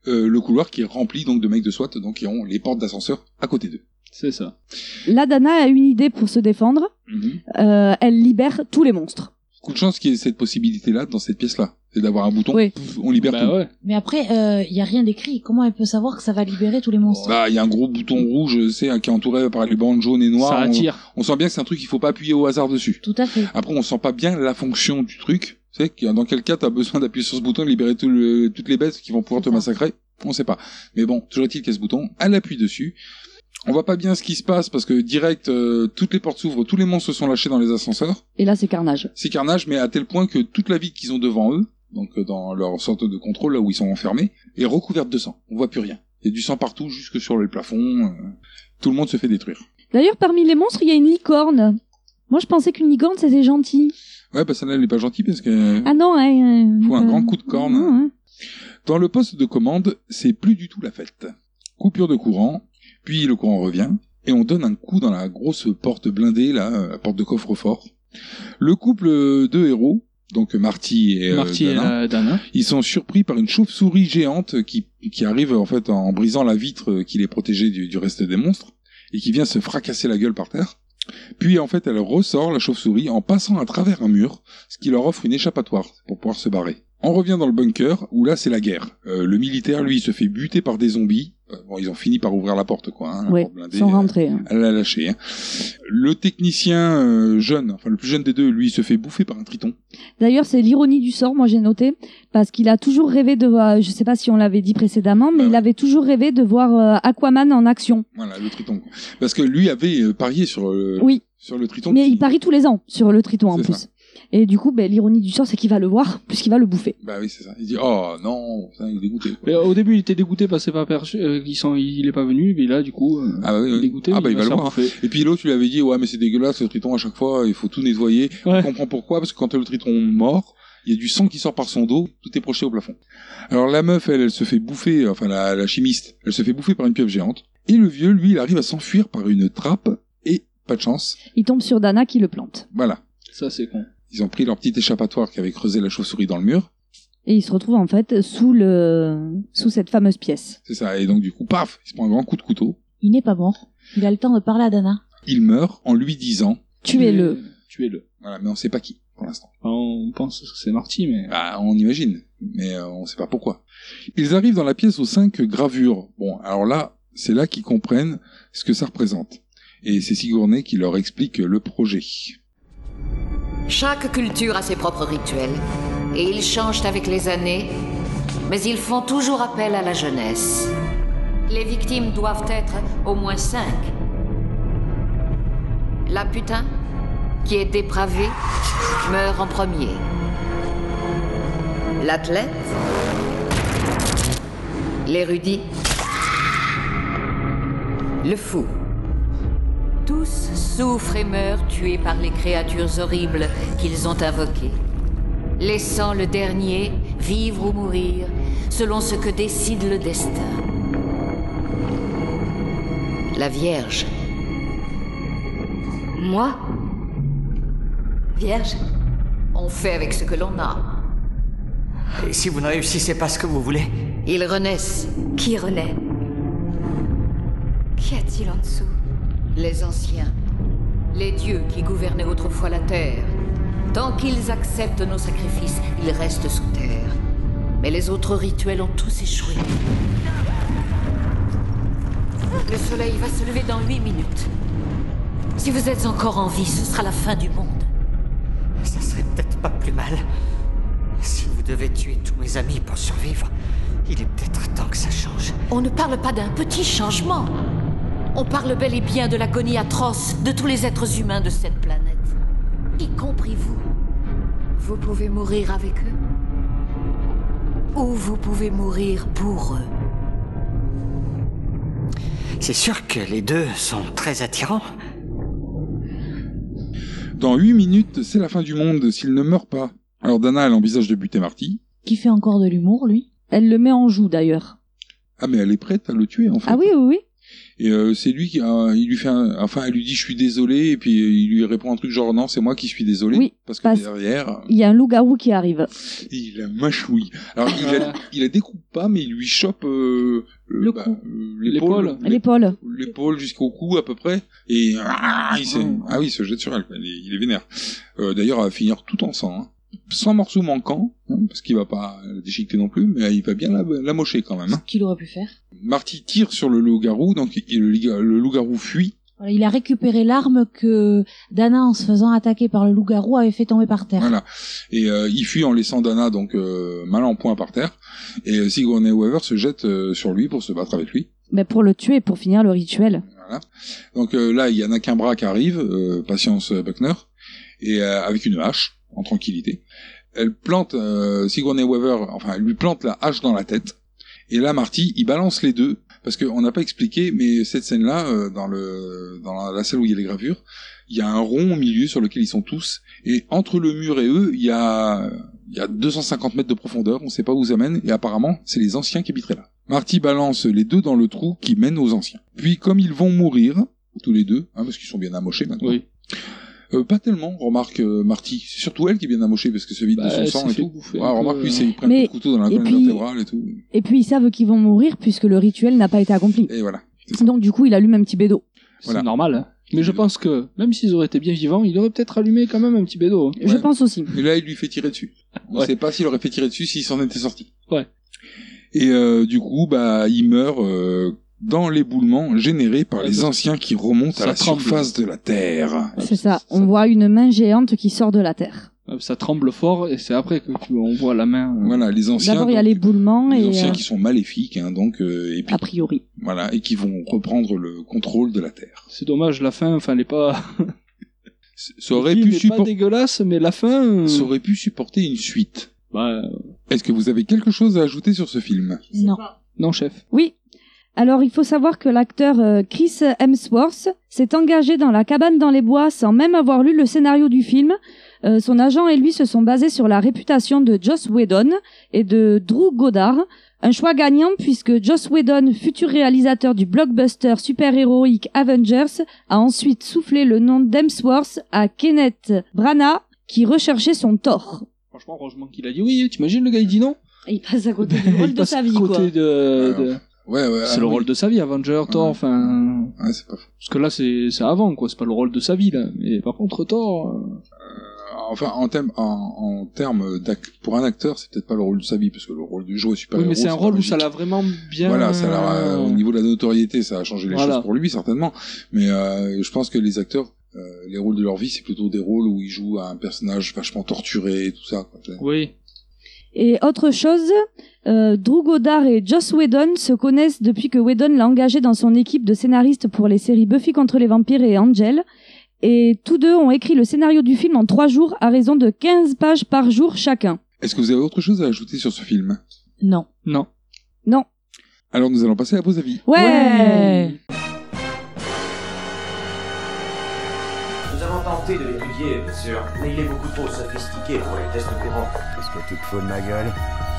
Speaker 5: Euh, le couloir qui est rempli donc de mecs de SWAT donc qui ont les portes d'ascenseur à côté d'eux.
Speaker 2: C'est ça. Bah
Speaker 8: Là, Dana a une idée pour se défendre.
Speaker 5: Mhm.
Speaker 8: Euh, elle libère tous les monstres.
Speaker 5: Coup de chance qu'il y ait cette possibilité là dans cette pièce là, c'est d'avoir un bouton,
Speaker 8: Oui.
Speaker 5: pouf, on libère tout.
Speaker 2: Bah ouais.
Speaker 6: Mais après, euh, il y a rien d'écrit. Comment elle peut savoir que ça va libérer tous les monstres
Speaker 5: Bah, il y a un gros bouton rouge, c'est qui est entouré par les bandes jaunes et noires.
Speaker 2: ça
Speaker 5: on-
Speaker 2: attire.
Speaker 5: On, sent bien que c'est un truc qu'il faut pas appuyer au hasard dessus.
Speaker 6: Tout à fait.
Speaker 5: Après, on sent pas bien la fonction du truc. Tu sais, que dans quel cas t'as besoin d'appuyer sur ce bouton et libérer tout le- toutes les bêtes qui vont pouvoir te massacrer On sait pas. Mais bon, toujours est-il qu'il y a ce bouton, elle appuie dessus. On voit pas bien ce qui se passe parce que direct, euh, toutes les portes s'ouvrent, tous les monstres sont lâchés dans les ascenseurs.
Speaker 8: Et là, c'est carnage.
Speaker 5: C'est carnage, mais à tel point que toute la ville qu'ils ont devant eux, donc euh, dans leur centre de contrôle, là où ils sont enfermés, est recouverte de sang. On voit plus rien. Il y a du sang partout, jusque sur le plafond. euh, tout le monde se fait détruire.
Speaker 8: D'ailleurs, parmi les monstres, il y a une licorne. Moi, je pensais qu'une licorne, c'était gentil.
Speaker 5: Ouais, bah ça, là, elle est pas gentille parce que... euh,
Speaker 8: Ah non, hein, euh,
Speaker 5: Faut un
Speaker 8: euh,
Speaker 5: grand coup de corne.
Speaker 8: non, hein.
Speaker 5: Dans le poste de commande, c'est plus du tout la fête. Coupure de courant, puis le courant revient, et on donne un coup dans la grosse porte blindée, là, euh, la porte de coffre-fort. Le couple euh, de héros, donc Marty et euh,
Speaker 7: Marty et
Speaker 5: Dana.
Speaker 7: la Dana.
Speaker 5: Ils sont surpris par une chauve-souris géante qui, qui arrive en fait en brisant la vitre qui les protégeait du, du reste des monstres et qui vient se fracasser la gueule par terre. Puis en fait elle ressort la chauve-souris en passant à travers un mur, ce qui leur offre une échappatoire pour pouvoir se barrer. On revient dans le bunker où là c'est la guerre. Euh, le militaire lui il se fait buter par des zombies. Euh, bon ils ont fini par ouvrir la porte quoi. Hein, la
Speaker 8: Ouais,
Speaker 5: porte blindée,
Speaker 8: ils sont
Speaker 5: euh,
Speaker 8: rentrés. hein.
Speaker 5: elle l'a lâché. hein. Le technicien euh, jeune, enfin le plus jeune des deux, lui, il se fait bouffer par un triton.
Speaker 8: D'ailleurs, c'est l'ironie du sort, moi j'ai noté, parce qu'il a toujours rêvé de voir, euh, je sais pas si on l'avait dit précédemment, mais
Speaker 5: Ah.
Speaker 8: il avait toujours rêvé de voir euh, Aquaman en action.
Speaker 5: Voilà, le triton. quoi. Parce que lui avait euh, parié sur, euh,
Speaker 8: Oui.
Speaker 5: sur le triton.
Speaker 8: mais il parie tous les ans sur le triton en plus. Et du coup, ben, l'ironie du sort, c'est qu'il va le voir, puisqu'il va le bouffer.
Speaker 5: Bah oui, c'est ça. Il dit Oh non, putain, il est dégoûté. quoi.
Speaker 7: Mais au début, il était dégoûté parce qu'il n'est pas, aperçu- euh, qu'ils sont- il est pas venu, mais là, du coup, euh,
Speaker 5: Ah bah, oui, oui.
Speaker 7: dégoûté.
Speaker 5: Ah bah, il va
Speaker 7: se
Speaker 5: le
Speaker 7: faire
Speaker 5: voir.
Speaker 7: bouffer.
Speaker 5: Et puis l'autre, tu lui avait dit Ouais, mais c'est dégueulasse, le triton, à chaque fois, il faut tout nettoyer. On comprend pourquoi, parce que quand le triton mort, il y a du sang qui sort par son dos, tout est projeté au plafond. Alors la meuf, elle, elle se fait bouffer, enfin la, la chimiste, elle se fait bouffer par une pieuvre géante. Et le vieux, lui, il arrive à s'enfuir par une trappe, et pas de chance,
Speaker 8: Il tombe sur Dana qui le plante.
Speaker 5: voilà.
Speaker 7: Ça, c'est con.
Speaker 5: Ils ont pris leur petit échappatoire qui avait creusé la chauve-souris dans le mur.
Speaker 8: Et il se retrouve en fait sous, le... sous cette fameuse pièce.
Speaker 5: C'est ça. Et donc, du coup, paf, il se prend un grand coup de couteau.
Speaker 6: Il n'est pas mort. Il a le temps de parler à Dana.
Speaker 5: Il meurt en lui disant.
Speaker 8: Tuez-le.
Speaker 7: Tuez-le.
Speaker 5: Voilà, mais on sait pas qui, pour l'instant.
Speaker 7: on pense que c'est Marty,
Speaker 2: euh,
Speaker 7: mais.
Speaker 5: Bah, on imagine. Mais euh, on sait pas pourquoi. Ils arrivent dans la pièce aux cinq gravures. Bon, alors là, c'est là qu'ils comprennent ce que ça représente. Et c'est Sigourney qui leur explique le projet.
Speaker 12: Chaque culture a ses propres rituels, et ils changent avec les années, mais ils font toujours appel à la jeunesse. Les victimes doivent être au moins cinq. La putain, qui est dépravée, meurt en premier. L'athlète, l'érudit, le fou. Tous souffrent et meurent tués par les créatures horribles qu'ils ont invoquées, laissant le dernier vivre ou mourir selon ce que décide le destin. La Vierge. Moi Vierge On fait avec ce que l'on a.
Speaker 9: Et si vous ne réussissez pas ce que vous voulez
Speaker 12: Ils renaissent.
Speaker 10: Qui renaît
Speaker 12: Qu'y a-t-il en dessous Les anciens, les dieux qui gouvernaient autrefois la terre. Tant qu'ils acceptent nos sacrifices, ils restent sous terre. Mais les autres rituels ont tous échoué. Le soleil va se lever dans huit minutes. Si vous êtes encore en vie, ce sera la fin du monde.
Speaker 9: Ça serait peut-être pas plus mal. Si vous devez tuer tous mes amis pour survivre, il est peut-être temps que ça change.
Speaker 12: On ne parle pas d'un petit changement. On parle bel et bien de l'agonie atroce de tous les êtres humains de cette planète. Y compris vous. Vous pouvez mourir avec eux. Ou vous pouvez mourir pour eux.
Speaker 9: C'est sûr que les deux sont très attirants.
Speaker 5: Dans huit minutes, c'est la fin du monde s'il ne meurt pas. Alors Dana, elle envisage de buter Marty.
Speaker 6: Qui fait encore de l'humour, lui
Speaker 8: Elle le met en joue d'ailleurs.
Speaker 5: Ah, mais elle est prête à le tuer, en fait.
Speaker 8: Ah oui, oui, oui.
Speaker 5: Et euh, c'est lui qui, euh, il lui fait, un- enfin, elle lui dit je suis désolé, et puis euh, il lui répond un truc genre non, c'est moi qui suis désolé,
Speaker 8: Oui,
Speaker 5: parce que
Speaker 8: parce-
Speaker 5: derrière,
Speaker 8: Il y a un loup-garou qui arrive.
Speaker 5: il la mâchouille. Alors il la, il la découpe pas, mais il lui chope euh, le- bah, euh, l'épaule,
Speaker 8: À L'épaule.
Speaker 5: l'épaule jusqu'au cou à peu près, et ah, il s'est- ah oui, il se jette sur elle, quoi. il, est, il est vénère. Euh, D'ailleurs, elle va finir tout en sang, hein. sans morceau manquant, hein, parce qu'il va pas la déchiqueter non plus, mais il va bien la, la mocher quand même. hein.
Speaker 6: Qu'il aurait pu faire.
Speaker 5: Marty tire sur le loup-garou, donc il- le, le loup-garou fuit.
Speaker 6: Voilà, il a récupéré l'arme que Dana, en se faisant attaquer par le loup-garou, avait fait tomber par terre.
Speaker 5: Voilà. Et euh, il fuit en laissant Dana donc euh, mal en point par terre. Et euh, Sigourney Weaver se jette euh, sur lui pour se battre avec lui.
Speaker 8: Mais pour le tuer, pour finir le rituel.
Speaker 5: Voilà. Donc euh, là, il y en a qu'un bras qui arrive, euh, patience Buckner, et euh, avec une hache en tranquillité. Elle plante euh, Sigourney Weaver, enfin, elle lui plante la hache dans la tête. Et là, Marty, il balance les deux parce qu'on n'a pas expliqué, mais cette scène-là, euh, dans le dans la, la salle où il y a les gravures, il y a un rond au milieu sur lequel ils sont tous, et entre le mur et eux, il y a il y a 250 mètres de profondeur, on ne sait pas où ça mène, et apparemment, c'est les anciens qui habiteraient là. Marty balance les deux dans le trou qui mène aux anciens. Puis, comme ils vont mourir, tous les deux, hein, parce qu'ils sont bien amochés maintenant, Euh, pas tellement, remarque euh, Marty. C'est surtout elle qui est bien amochée parce que c'est vide
Speaker 2: Bah,
Speaker 5: de son
Speaker 2: elle
Speaker 5: sang
Speaker 2: s'est
Speaker 5: et
Speaker 2: fait
Speaker 5: tout.
Speaker 2: bouffer
Speaker 5: Ouais,
Speaker 2: un peu,
Speaker 5: remarque, lui,
Speaker 2: euh.
Speaker 5: c'est- il prend
Speaker 8: Mais-
Speaker 5: un coup de couteau dans la
Speaker 8: et
Speaker 5: colonne
Speaker 8: puis-
Speaker 5: vertébrale et tout.
Speaker 8: Et puis ils savent qu'ils vont mourir puisque le rituel n'a pas été accompli.
Speaker 5: Et voilà.
Speaker 8: Donc du coup, il allume un petit bédo.
Speaker 2: C'est normal. hein. Mais je pense que, même s'ils auraient été bien vivants, ils auraient peut-être allumé quand même un petit bédo. hein.
Speaker 8: Je pense aussi.
Speaker 5: Et là, il lui fait tirer dessus. On
Speaker 2: Ouais.
Speaker 5: sait pas s'il aurait fait tirer dessus s'il s'en était sorti.
Speaker 2: Ouais.
Speaker 5: Et euh, du coup, bah, il meurt euh, dans l'éboulement généré par les anciens qui remontent à
Speaker 2: Ça
Speaker 5: la
Speaker 2: tremble.
Speaker 5: surface de la Terre.
Speaker 8: C'est ça. On voit une main géante qui sort de la terre.
Speaker 2: Euh, Ça tremble fort et c'est après que tu, on voit la main. euh.
Speaker 5: Voilà, les anciens,
Speaker 8: D'abord, il y
Speaker 5: donc,
Speaker 8: a l'éboulement
Speaker 5: les
Speaker 8: et
Speaker 5: anciens
Speaker 8: euh, Ah.
Speaker 5: qui sont maléfiques, hein, donc, euh, et puis,
Speaker 8: a priori.
Speaker 5: voilà, et qui vont reprendre le contrôle de la Terre.
Speaker 2: C'est dommage, la fin, enfin, elle est pas.
Speaker 5: Ça aurait
Speaker 2: Le
Speaker 5: pu
Speaker 2: film est pas
Speaker 5: supporter,
Speaker 2: dégueulasse, mais la fin. euh,
Speaker 5: ça aurait pu supporter une suite.
Speaker 2: Bah,
Speaker 5: Est-ce que vous avez quelque chose à ajouter sur ce film
Speaker 6: Non.
Speaker 2: non, chef.
Speaker 8: Oui. Alors, il faut savoir que l'acteur euh, Chris Hemsworth s'est engagé dans La cabane dans les bois sans même avoir lu le scénario du film. Euh, son agent et lui se sont basés sur la réputation de Joss Whedon et de Drew Goddard. Un choix gagnant puisque Joss Whedon, futur réalisateur du blockbuster super-héroïque Avengers, a ensuite soufflé le nom d'Hemsworth à Kenneth Branagh qui recherchait son tort.
Speaker 2: Franchement, heureusement qu'il a dit oui. T'imagines, le gars, il dit non.
Speaker 8: Il passe à côté
Speaker 2: Il
Speaker 8: du rôle de
Speaker 2: passe
Speaker 8: sa vie,
Speaker 2: à côté
Speaker 8: quoi.
Speaker 2: de-
Speaker 5: euh,
Speaker 2: de-
Speaker 5: Ouais, ouais.
Speaker 2: C'est le rôle de sa vie, Avenger, Thor, enfin.
Speaker 5: Ah, c'est pas faux.
Speaker 2: Parce que là, c'est c'est avant, quoi. C'est pas le rôle de sa vie, là. Mais par contre, Thor. euh,
Speaker 5: Enfin, en termes en, en termes d'ac- pour un acteur, c'est peut-être pas le rôle de sa vie, parce que le rôle du joueur super
Speaker 2: Oui,
Speaker 5: héros.
Speaker 2: mais c'est un
Speaker 5: pas
Speaker 2: rôle où
Speaker 5: logique.
Speaker 2: ça l'a vraiment bien.
Speaker 5: Voilà, ça l'a- euh, au niveau de la notoriété, ça a changé les
Speaker 2: Voilà.
Speaker 5: choses pour lui certainement. Mais euh, je pense que les acteurs, euh, les rôles de leur vie, c'est plutôt des rôles où ils jouent à un personnage vachement torturé et tout ça. quoi.
Speaker 2: Oui.
Speaker 8: Et autre chose, euh, Drew Goddard et Joss Whedon se connaissent depuis que Whedon l'a engagé dans son équipe de scénaristes pour les séries Buffy contre les vampires et Angel. Et tous deux ont écrit le scénario du film en trois jours à raison de 15 pages par jour chacun.
Speaker 5: Est-ce que vous avez autre chose à ajouter sur ce film
Speaker 6: Non.
Speaker 2: Non.
Speaker 8: Non.
Speaker 5: Alors nous allons passer à vos avis.
Speaker 8: Ouais,
Speaker 11: Nous avons tenté de l'étudier, bien sûr, mais il est beaucoup trop sophistiqué pour les tests courants.
Speaker 4: Qu'est-ce que tu te fous de ma gueule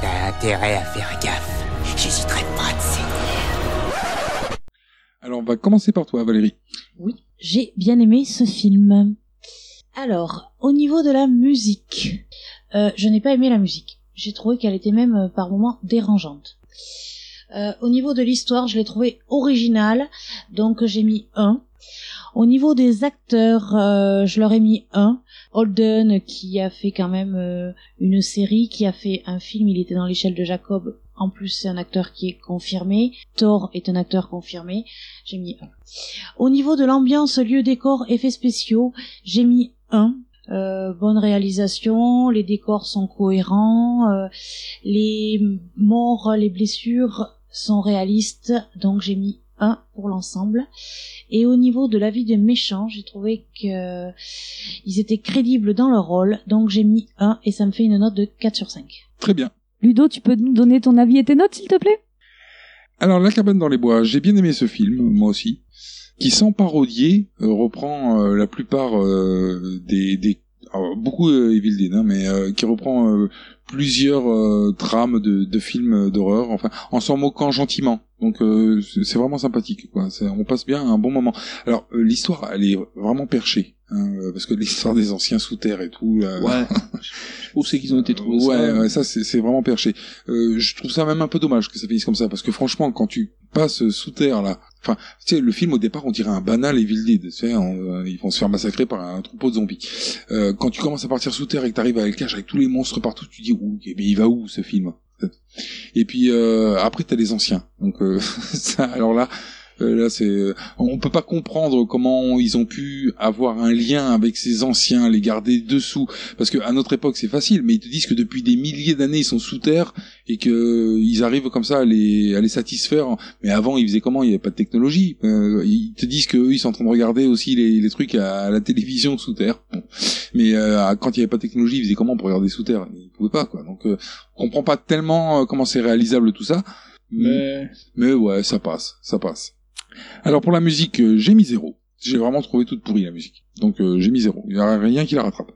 Speaker 4: T'as intérêt à faire gaffe. J'hésiterai pas de
Speaker 5: Alors on va commencer par toi, Valérie.
Speaker 6: J'ai bien aimé ce film. Alors, au niveau de la musique, euh, je n'ai pas aimé la musique. J'ai trouvé qu'elle était même euh, par moments dérangeante. Euh, au niveau de l'histoire, je l'ai trouvée originale, donc j'ai mis 1. Au niveau des acteurs, euh, je leur ai mis 1. Holden, qui a fait quand même euh, une série, qui a fait un film, il était dans l'échelle de Jacob. En plus, c'est un acteur qui est confirmé. Thor est un acteur confirmé. J'ai mis 1. Au niveau de l'ambiance, lieu, décor, effets spéciaux, j'ai mis 1. Euh, bonne réalisation, les décors sont cohérents, euh, les morts, les blessures sont réalistes, donc j'ai mis 1 pour l'ensemble. Et au niveau de la vie des méchants, j'ai trouvé que euh, ils étaient crédibles dans leur rôle, donc j'ai mis 1 et ça me fait une note de 4 sur 5.
Speaker 5: Très bien.
Speaker 8: Ludo, tu peux nous donner ton avis et tes notes, s'il te plaît
Speaker 5: Alors La cabane dans les bois, j'ai bien aimé ce film, moi aussi, qui sans parodier euh, reprend euh, la plupart euh, des, des alors, beaucoup euh, Evil Dead, hein, mais euh, qui reprend euh, plusieurs euh, trames de, de films euh, d'horreur, enfin en s'en moquant gentiment. Donc euh, c'est c'est vraiment sympathique, quoi. C'est- On passe bien un bon moment. Alors euh, l'histoire, elle est vraiment perchée, hein, euh, parce que l'histoire des anciens sous terre et tout. euh, là,
Speaker 2: Ouais. Où c'est qu'ils ont été trouvés ça
Speaker 5: Euh, ouais, ouais, ça c'est c'est vraiment perché. Euh, je trouve ça même un peu dommage que ça finisse comme ça, parce que franchement, quand tu passes sous terre là, enfin, tu sais, le film au départ on dirait un banal Evil Dead, tu sais, on- euh, ils vont se faire massacrer par un troupeau de zombies. Euh, quand tu commences à partir sous terre et que t'arrives à El Cache avec tous les monstres partout, tu dis ouh, mais il va où ce film Et puis euh, après t'as les anciens, donc euh, ça, alors là. euh, Là, c'est, on peut pas comprendre comment ils ont pu avoir un lien avec ces anciens, les garder dessous. Parce qu'à notre époque, c'est facile, mais ils te disent que depuis des milliers d'années, ils sont sous terre et que euh, ils arrivent comme ça à les, à les satisfaire. Mais avant, ils faisaient comment Il n'y avait pas de technologie. Euh, ils te disent qu'eux, ils sont en train de regarder aussi les, les trucs à, la télévision sous terre. Bon. Mais euh, quand il n'y avait pas de technologie, ils faisaient comment pour regarder sous terre Ils pouvaient pas, quoi. Donc, euh, on comprend pas tellement euh, comment c'est réalisable tout ça.
Speaker 7: Euh,
Speaker 2: Mais.
Speaker 5: Mais ouais, ça passe, ça passe. Alors pour la musique, euh, j'ai mis zéro. J'ai vraiment trouvé toute pourrie la musique. Donc euh, j'ai mis zéro. Il n'y a rien qui la rattrape.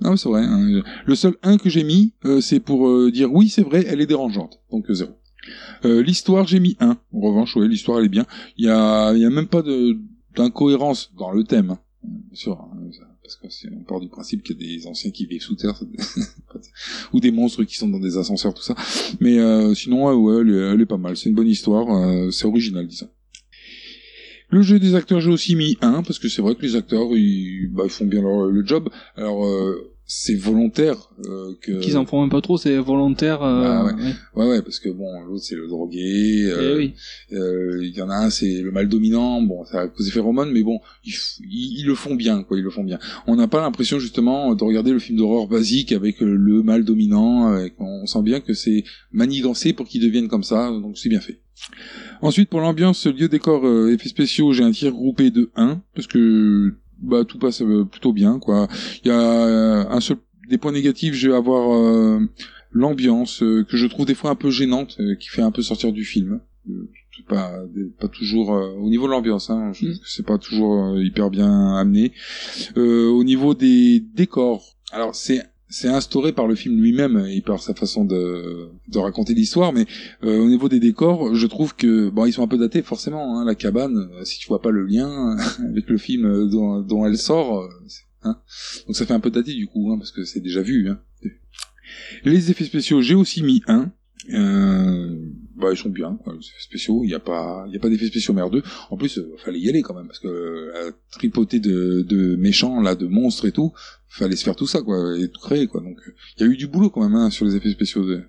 Speaker 5: Non, mais c'est vrai. hein. Le seul 1 que j'ai mis, euh, c'est pour euh, dire oui, c'est vrai, elle est dérangeante. Donc euh, zéro. Euh, l'histoire, j'ai mis 1. En revanche, ouais, l'histoire, elle est bien. Il y a, il y a même pas de, d'incohérence dans le thème. hein. Bien sûr. hein, ça- parce que c'est on part du principe qu'il y a des anciens qui vivent sous terre, ça- ou des monstres qui sont dans des ascenseurs, tout ça. Mais euh, sinon, ouais, ouais, elle, est- elle est pas mal. C'est une bonne histoire, euh, c'est original, disons. Le jeu des acteurs, j'ai aussi mis un, parce que c'est vrai que les acteurs, ils, bah, ils font bien leur, le job. Alors, euh, c'est volontaire euh, que...
Speaker 7: Qu'ils en font même pas trop, c'est volontaire. euh,
Speaker 5: Bah ouais.
Speaker 7: ouais.
Speaker 5: Ouais, ouais, parce que bon, l'autre c'est le drogué. euh,
Speaker 7: Eh oui.
Speaker 5: euh, Il y en a un, c'est le mal dominant. Bon, ça a causé phéromones, mais bon, ils, f- ils- ils le font bien, quoi. Ils le font bien. On n'a pas l'impression justement de regarder le film d'horreur basique avec euh, le mal dominant. avec- on sent bien que c'est manigancé pour qu'ils deviennent comme ça, donc c'est bien fait. Ensuite, pour l'ambiance, lieu, décor, euh, effets spéciaux, j'ai un tir groupé de 1, parce que bah, tout passe euh, plutôt bien. quoi. Il y a euh, un seul des points négatifs, je vais avoir euh, l'ambiance, euh, que je trouve des fois un peu gênante, euh, qui fait un peu sortir du film. Euh, c'est pas, pas toujours euh, au niveau de l'ambiance, hein, je trouve que c'est pas toujours euh, hyper bien amené. Euh, au niveau des décors, alors c'est c'est instauré par le film lui-même et par sa façon de, de raconter l'histoire, mais euh, au niveau des décors, je trouve que bon, ils sont un peu datés forcément. hein, la cabane, euh, si tu vois pas le lien avec le film euh, dont, dont elle sort, euh, c'est- hein. donc ça fait un peu daté du coup, hein, parce que c'est déjà vu. Hein. Les effets spéciaux, j'ai aussi mis un. Euh, bah, ils sont bien, quoi, les effets spéciaux. Il n'y a pas, il y a pas d'effets spéciaux merdeux. En plus, euh, fallait y aller quand même, parce que euh, à tripoter de, de méchants, là, de monstres et tout, fallait se faire tout ça, quoi, et tout créer, quoi. Donc, euh, il y a eu du boulot quand même hein, sur les effets spéciaux. de-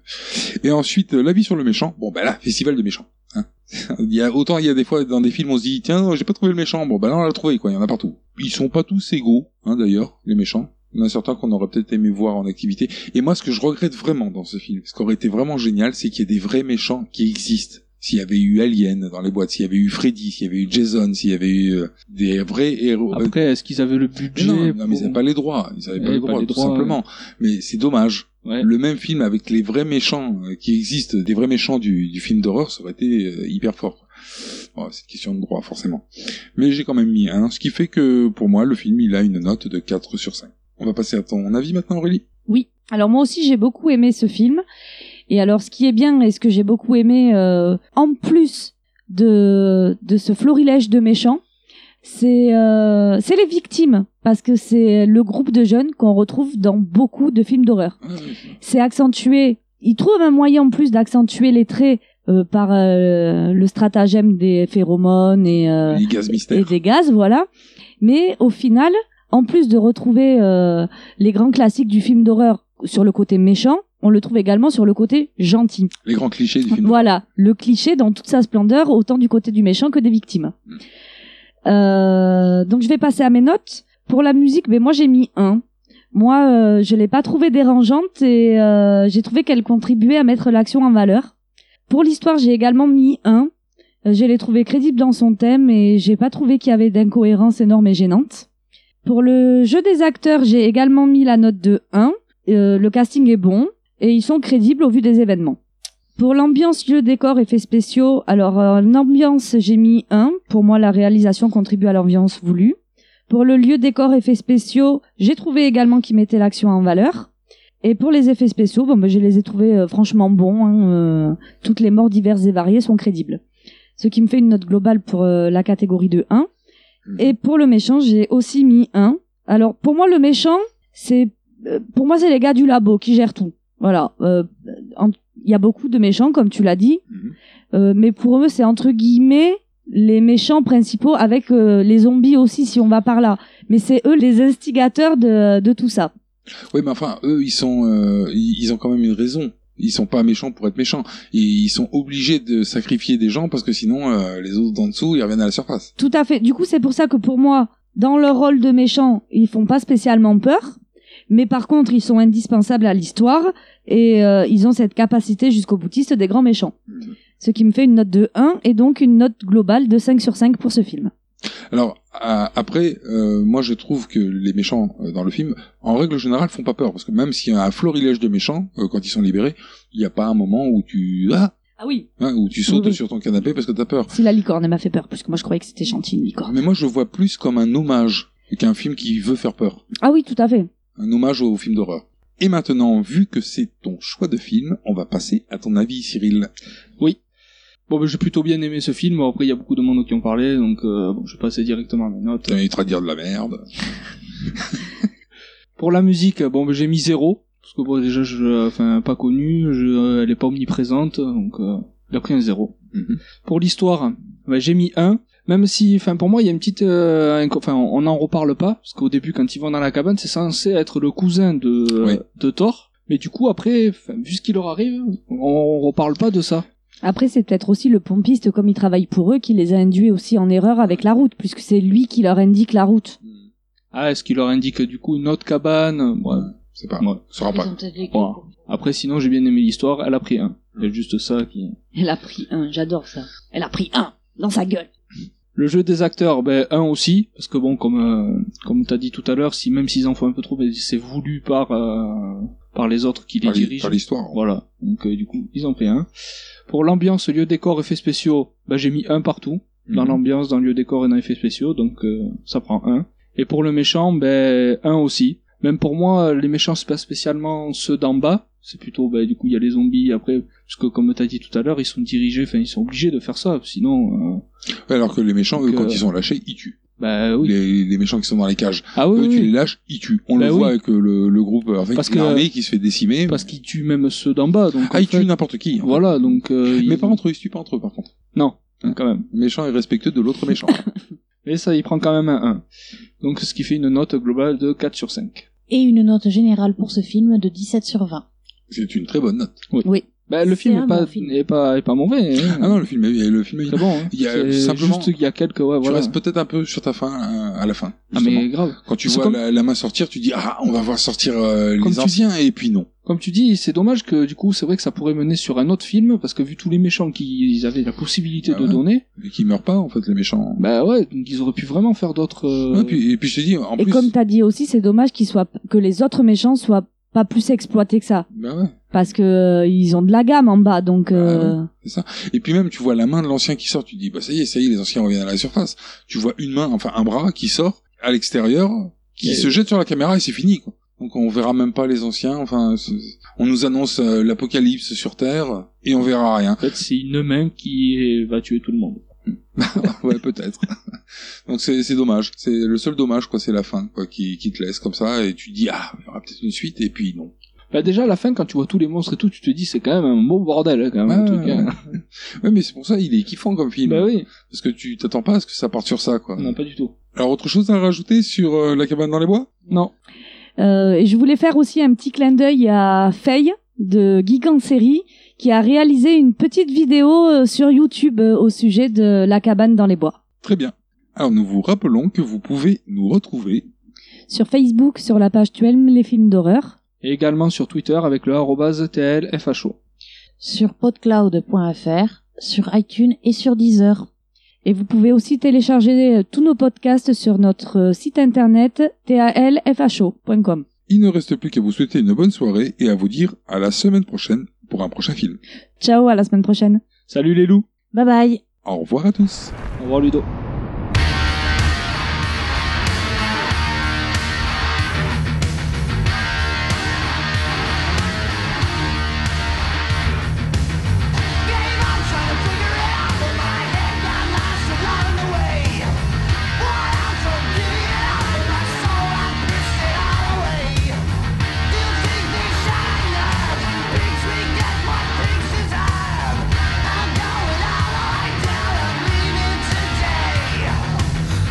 Speaker 5: Et ensuite, euh, l'avis sur le méchant. Bon, bah là, festival de méchants. hein. Il y a autant, il y a des fois dans des films, on se dit tiens, j'ai pas trouvé le méchant. Bon, bah là, on l'a trouvé, quoi. Il y en a partout. Ils sont pas tous égaux, hein, d'ailleurs, les méchants. Il y en a certains qu'on aurait peut-être aimé voir en activité. Et moi, ce que je regrette vraiment dans ce film, ce qui aurait été vraiment génial, c'est qu'il y ait des vrais méchants qui existent. S'il y avait eu Alien dans les boîtes, s'il y avait eu Freddy, s'il y avait eu Jason, s'il y avait eu euh, des vrais héros.
Speaker 7: Après, est-ce qu'ils avaient le budget
Speaker 5: Mais non, non, mais ils
Speaker 7: pour-
Speaker 5: n'avaient pas les droits. Ils n'avaient
Speaker 7: Ils
Speaker 5: pas les
Speaker 7: avaient pas
Speaker 5: droits,
Speaker 7: les
Speaker 5: tout
Speaker 7: droits,
Speaker 5: simplement.
Speaker 7: ouais.
Speaker 5: Mais c'est dommage. Le même film avec les vrais méchants euh, qui existent, des vrais méchants du, du film d'horreur, ça aurait été euh, hyper fort. Bon, c'est une question de droit, forcément. Mais j'ai quand même mis un, ce qui fait que pour moi, le film, il a une note de 4 sur 5. On va passer à ton avis maintenant, Aurélie
Speaker 8: Oui. Alors moi aussi j'ai beaucoup aimé ce film. Et alors ce qui est bien et ce que j'ai beaucoup aimé euh, en plus de de ce florilège de méchants, c'est euh, c'est les victimes parce que c'est le groupe de jeunes qu'on retrouve dans beaucoup de films d'horreur. C'est accentué. Ils trouvent un moyen en plus d'accentuer les traits euh, par euh, le stratagème des phéromones et, euh,
Speaker 5: Les gaz mystères.
Speaker 8: et des gaz, voilà. Mais au final, en plus de retrouver euh, les grands classiques du film d'horreur sur le côté méchant, on le trouve également sur le côté gentil.
Speaker 5: Les grands clichés du film.
Speaker 8: Voilà, le cliché dans toute sa splendeur, autant du côté du méchant que des victimes. Euh, donc je vais passer à mes notes. Pour la musique, mais moi j'ai mis 1. Moi, euh, je l'ai pas trouvée dérangeante et euh, j'ai trouvé qu'elle contribuait à mettre l'action en valeur. Pour l'histoire, j'ai également mis 1. Euh, Je l'ai trouvé crédible dans son thème et j'ai pas trouvé qu'il y avait d'incohérence énorme et gênante. Pour le jeu des acteurs, j'ai également mis la note de 1. Euh, le casting est bon et ils sont crédibles au vu des événements. Pour l'ambiance, lieu, décor, effets spéciaux, alors euh, l'ambiance, j'ai mis 1. Pour moi, la réalisation contribue à l'ambiance voulue. Pour le lieu, décor, effets spéciaux, j'ai trouvé également qu'ils mettaient l'action en valeur. Et pour les effets spéciaux, bon, ben, je les ai trouvés euh, franchement bons. hein, euh, toutes les morts diverses et variées sont crédibles. Ce qui me fait une note globale pour euh, la catégorie de 1. Et pour le méchant, j'ai aussi mis 1. Alors pour moi, le méchant, c'est euh, pour moi c'est les gars du labo qui gèrent tout. Voilà, Euh, en- il y a beaucoup de méchants comme tu l'as dit, Euh, mais pour eux c'est entre guillemets les méchants principaux avec euh, les zombies aussi si on va par là. Mais c'est eux les instigateurs de, de tout ça.
Speaker 5: Oui, mais enfin, eux, ils sont, euh, ils ils ont quand même une raison. Ils sont pas méchants pour être méchants. Et ils sont obligés de sacrifier des gens parce que sinon, euh, les autres d'en dessous, ils reviennent à la surface.
Speaker 8: Tout à fait. Du coup, c'est pour ça que pour moi, dans leur rôle de méchant, ils font pas spécialement peur. Mais par contre, ils sont indispensables à l'histoire et euh, ils ont cette capacité jusqu'au boutiste des grands méchants. Ce qui me fait une note de 1 et donc une note globale de 5 sur 5 pour ce film.
Speaker 5: Alors à- après, euh, moi je trouve que les méchants euh, dans le film, en règle générale, font pas peur parce que même s'il y a un florilège de méchants euh, quand ils sont libérés, il n'y a pas un moment où tu ah,
Speaker 8: Ah oui.
Speaker 5: hein, où tu sautes
Speaker 8: Oui, oui.
Speaker 5: sur ton canapé parce que t'as peur.
Speaker 8: Si la licorne elle m'a fait peur, puisque moi je croyais que c'était gentil une licorne.
Speaker 5: Mais moi je le vois plus comme un hommage qu'un film qui veut faire peur.
Speaker 8: Ah oui, tout à fait.
Speaker 5: un hommage au film d'horreur. Et maintenant, vu que c'est ton choix de film, on va passer à ton avis, Cyril.
Speaker 7: Oui. Bon, ben, j'ai plutôt bien aimé ce film. Après, il y a beaucoup de monde qui en parlait, donc euh, bon, je vais passer directement à mes notes.
Speaker 5: Il te dire de la merde.
Speaker 2: Pour la musique, bon, ben, j'ai mis zéro. Parce que bon, déjà, je, enfin, pas connue, je- euh, elle est pas omniprésente, donc euh, il a pris un zéro. Pour l'histoire, ben, j'ai mis un. Même si, enfin, pour moi, il y a une petite, euh, inco- enfin, on n'en reparle pas, parce qu'au début, quand ils vont dans la cabane, c'est censé être le cousin de, euh,
Speaker 5: Oui.
Speaker 2: de Thor. Mais du coup, après, enfin, vu ce qui leur arrive, on reparle pas de ça.
Speaker 8: Après, c'est peut-être aussi le pompiste, comme il travaille pour eux, qui les a induits aussi en erreur avec la route, puisque c'est lui qui leur indique la route.
Speaker 2: Ah, est-ce qu'il leur indique du coup une autre cabane Ouais,
Speaker 5: c'est pas.
Speaker 2: Ouais.
Speaker 5: sera
Speaker 6: Ils ont peut-être vécu.
Speaker 2: Après, sinon, j'ai bien aimé l'histoire. Elle a pris un. Il y a juste ça qui.
Speaker 6: Elle a pris un, j'adore ça. Elle a pris un dans sa gueule.
Speaker 2: Le jeu des acteurs, ben un aussi, parce que bon, comme euh, comme t'as dit tout à l'heure, si même s'ils en font un peu trop, ben, c'est voulu par euh, par les autres qui les
Speaker 5: Par l'hi-
Speaker 2: dirigent.
Speaker 5: par l'histoire.
Speaker 2: Voilà. Donc euh, du coup, ils en pris un. Pour l'ambiance, lieu décor, effets spéciaux, ben j'ai mis un partout dans
Speaker 5: Mhm.
Speaker 2: l'ambiance, dans lieu décor et dans effets spéciaux, donc euh, ça prend un. Et pour le méchant, ben un aussi. Même pour moi, euh, les méchants c'est pas spécialement ceux d'en bas. C'est plutôt, ben du coup, il y a les zombies après, parce que comme t'as dit tout à l'heure, ils sont dirigés, enfin ils sont obligés de faire ça, sinon. euh,
Speaker 5: Alors que les méchants, eux,
Speaker 2: Donc,
Speaker 5: quand
Speaker 2: euh,
Speaker 5: ils sont lâchés, ils tuent.
Speaker 2: Bah oui.
Speaker 5: Les, les méchants qui sont dans les cages.
Speaker 2: Ah oui,
Speaker 5: eux,
Speaker 2: oui,
Speaker 5: Euh, tu
Speaker 2: oui.
Speaker 5: les lâches, ils tuent. On
Speaker 2: Bah
Speaker 5: le
Speaker 2: oui.
Speaker 5: voit avec euh, le, le groupe, euh, avec
Speaker 2: Parce que-
Speaker 5: l'armée qui se fait décimer.
Speaker 2: parce qu'ils tuent même ceux d'en bas. Donc
Speaker 5: Ah,
Speaker 2: en
Speaker 5: ils
Speaker 2: fait-
Speaker 5: tuent n'importe qui. en fait.
Speaker 2: Voilà, donc. euh,
Speaker 5: Mais
Speaker 2: ils-
Speaker 5: pas entre eux, ils se tuent pas entre eux, par contre.
Speaker 2: Non, quand même.
Speaker 5: Méchant et respectueux de l'autre méchant.
Speaker 2: Et ça, il prend quand même un 1. Donc, ce qui fait une note globale de 4 sur 5.
Speaker 6: Et une note générale pour ce film de 17 sur 20.
Speaker 5: C'est une très bonne note.
Speaker 8: Oui.
Speaker 2: Bah, le film
Speaker 6: un
Speaker 2: n'est pas,
Speaker 6: bon film.
Speaker 2: est pas, est pas mauvais. hein.
Speaker 5: Ah non, le film, est- le film est
Speaker 2: C'est bon. hein.
Speaker 5: Il y a
Speaker 2: C'est
Speaker 5: simplement-
Speaker 2: Juste, il y a quelques. Ouais,
Speaker 5: Tu
Speaker 2: voilà.
Speaker 5: restes peut-être un peu sur ta fin euh, à la fin.
Speaker 2: Ah,
Speaker 5: justement.
Speaker 2: mais grave.
Speaker 5: Quand tu
Speaker 2: C'est
Speaker 5: vois
Speaker 2: comme-
Speaker 5: la, la main sortir, tu dis ah on va voir sortir euh,
Speaker 2: Comme
Speaker 5: les
Speaker 2: tu-
Speaker 5: anciens et puis non.
Speaker 2: Comme tu dis, c'est dommage que du coup, c'est vrai que ça pourrait mener sur un autre film, parce que vu tous les méchants qu'ils avaient la possibilité
Speaker 5: Ah
Speaker 2: de
Speaker 5: ouais.
Speaker 2: donner,
Speaker 5: Et qui meurent pas en fait les méchants.
Speaker 2: bah ouais, donc ils auraient pu vraiment faire d'autres. euh,
Speaker 5: Ouais, puis- et puis je te dis en
Speaker 8: Et
Speaker 5: plus.
Speaker 8: comme t'as dit aussi, c'est dommage qu'ils soient, que les autres méchants soient pas plus exploités que ça.
Speaker 5: Bah ouais,
Speaker 8: Parce que euh, ils ont de la gamme en bas, donc euh,
Speaker 5: c'est ça. Et puis même tu vois la main de l'ancien qui sort, tu dis bah ça y est, ça y est, les anciens reviennent à la surface. Tu vois une main, enfin un bras qui sort à l'extérieur, qui
Speaker 2: Et-
Speaker 5: se jette sur la caméra et c'est fini quoi. Donc on verra même pas les anciens. Enfin, c'est- on nous annonce euh, l'apocalypse sur Terre et on verra rien.
Speaker 2: En fait, c'est une main qui est- va tuer tout le monde.
Speaker 5: ouais, peut-être. Donc c'est c'est dommage. C'est le seul dommage, quoi. C'est la fin, quoi, qui, qui te laisse comme ça et tu dis ah, il y aura peut-être une suite et puis non.
Speaker 2: Bah déjà à la fin quand tu vois tous les monstres et tout, tu te dis c'est quand même un beau bordel hein, quand même. le
Speaker 5: Ouais,
Speaker 2: truc, hein.
Speaker 5: Ouais, mais c'est pour ça il est kiffant comme film.
Speaker 2: Bah oui,
Speaker 5: Parce que tu t'attends pas à ce que ça parte sur ça, quoi.
Speaker 2: non pas du tout.
Speaker 5: Alors autre chose à rajouter sur euh, la cabane dans les bois
Speaker 2: Non.
Speaker 8: Euh, et je voulais faire aussi un petit clin d'œil à Faye de Geek en série qui a réalisé une petite vidéo euh, sur YouTube euh, au sujet de la cabane dans les bois.
Speaker 5: Très bien. Alors nous vous rappelons que vous pouvez nous retrouver
Speaker 8: Sur Facebook, sur la page Tu aimes les films d'horreur.
Speaker 2: Et également sur Twitter avec le arrobase TLFHO.
Speaker 6: Sur podcloud.fr, sur iTunes et sur Deezer.
Speaker 8: Et vous pouvez aussi télécharger euh, tous nos podcasts sur notre euh, site internet talfho.com.
Speaker 5: Il ne reste plus qu'à vous souhaiter une bonne soirée et à vous dire à la semaine prochaine pour un prochain film.
Speaker 8: Ciao, à la semaine prochaine.
Speaker 2: Salut les loups.
Speaker 6: Bye bye
Speaker 5: Au revoir à tous.
Speaker 2: Au revoir Ludo.
Speaker 13: I'm going out like that, I'm leaving today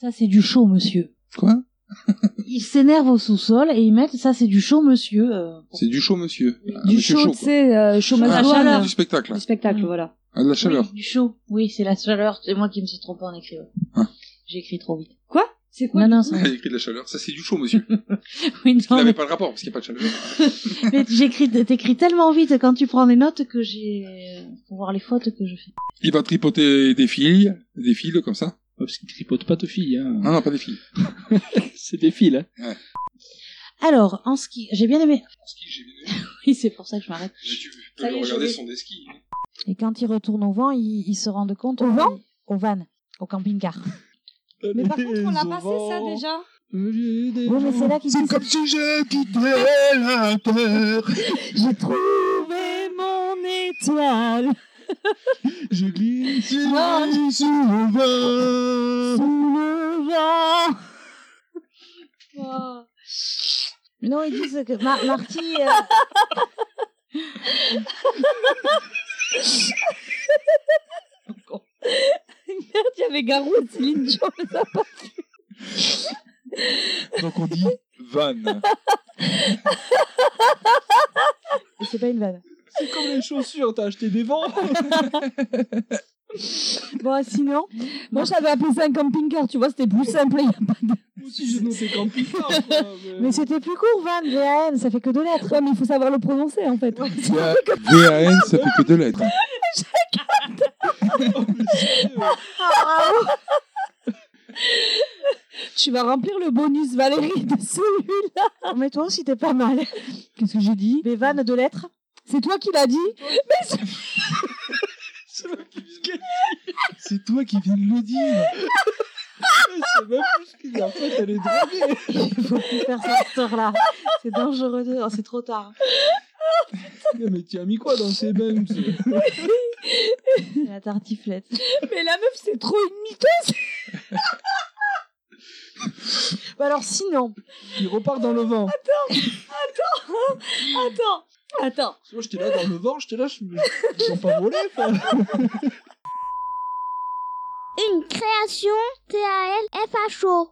Speaker 6: Ça, c'est du show, monsieur.
Speaker 5: Quoi
Speaker 6: Ils s'énervent au sous-sol et ils mettent ça, c'est du show, monsieur. euh,
Speaker 5: C'est du chaud, monsieur. Ah,
Speaker 8: du
Speaker 5: monsieur
Speaker 8: show, tu
Speaker 5: quoi.
Speaker 8: sais, euh, show
Speaker 6: Ah,
Speaker 8: must
Speaker 6: la
Speaker 8: go on,
Speaker 6: chaleur.
Speaker 8: euh,
Speaker 5: Du spectacle.
Speaker 8: Du spectacle, voilà.
Speaker 5: Ah, de la chaleur.
Speaker 6: Oui, du chaud. Oui, c'est la chaleur. C'est moi qui me suis trompée en écrivant.
Speaker 5: Ah.
Speaker 6: J'ai écrit trop vite.
Speaker 8: Quoi C'est
Speaker 6: Non, non, c'est-
Speaker 5: Il a écrit de la chaleur. Ça, c'est du chaud, monsieur.
Speaker 6: oui,
Speaker 5: Il
Speaker 6: non,
Speaker 5: n'avait
Speaker 6: mais,
Speaker 5: pas le rapport, parce qu'il n'y a pas de chaleur.
Speaker 6: mais j'écris, t'écris tellement vite quand tu prends des notes que j'ai, faut voir les fautes que je fais.
Speaker 5: Il va tripoter des filles, des filles comme ça.
Speaker 2: Oh,
Speaker 7: Ouais, parce qu'il tripote pas de filles, hein.
Speaker 5: Non, non, pas des filles.
Speaker 7: C'est des filles, hein.
Speaker 6: Alors, en ski, j'ai bien aimé. oui, c'est pour ça que je m'arrête.
Speaker 5: Tu peux
Speaker 6: Ça y est,
Speaker 5: le
Speaker 6: je
Speaker 5: regarder
Speaker 6: l'ai.
Speaker 5: son deski.
Speaker 6: Et quand ils retournent au vent, ils, ils se rendent compte au van, au van, au camping-car.
Speaker 8: Mais par contre, on l'a passé ça déjà.
Speaker 6: Oui, mais c'est là qu'ils disent.
Speaker 5: comme si je quittais la terre.
Speaker 6: J'ai trouvé mon étoile.
Speaker 5: Je glisse
Speaker 8: Ah.
Speaker 6: Non.
Speaker 5: sous le vent.
Speaker 6: Mais non, ils disent que Ma- Marty. euh,
Speaker 8: Merde, il y avait Garou et Céline Dion, mais ça pas.
Speaker 5: Donc on dit van.
Speaker 6: C'est pas une vanne.
Speaker 7: C'est comme les chaussures, t'as acheté des vents.
Speaker 6: Bon, sinon,
Speaker 8: Moi, j'avais appelé ça un camping-car, tu vois, c'était plus simple. il y a pas de-
Speaker 7: aussi, je notais camping
Speaker 6: mais c'était plus court, van, VAN, ça fait que deux lettres.
Speaker 8: Ouais, mais il faut savoir le prononcer en fait.
Speaker 5: V-A-N, ça fait que deux lettres.
Speaker 8: Tu vas remplir le bonus Valérie de celui-là.
Speaker 6: Mais toi aussi, t'es pas mal.
Speaker 8: Qu'est-ce que j'ai dit
Speaker 6: Mais van, deux lettres.
Speaker 8: C'est toi qui l'as dit
Speaker 5: C'est toi qui viens de le dire.
Speaker 7: C'est même plus ce qu'il y a. En fait, elle est droguée.
Speaker 6: Il faut plus faire ça à cette heure-là. C'est dangereux, de- oh, c'est trop tard.
Speaker 7: Non, Eh, mais tu as mis quoi dans ces bains
Speaker 6: C'est La tartiflette.
Speaker 8: Mais la meuf, c'est trop une mytho.
Speaker 6: Bah alors, sinon.
Speaker 7: Il repart dans le vent.
Speaker 8: Attends, attends.
Speaker 7: Parce que Moi, j'étais là dans le vent, j'étais là, je... ils sont pas volés. enfin.
Speaker 13: Une création t a l f h o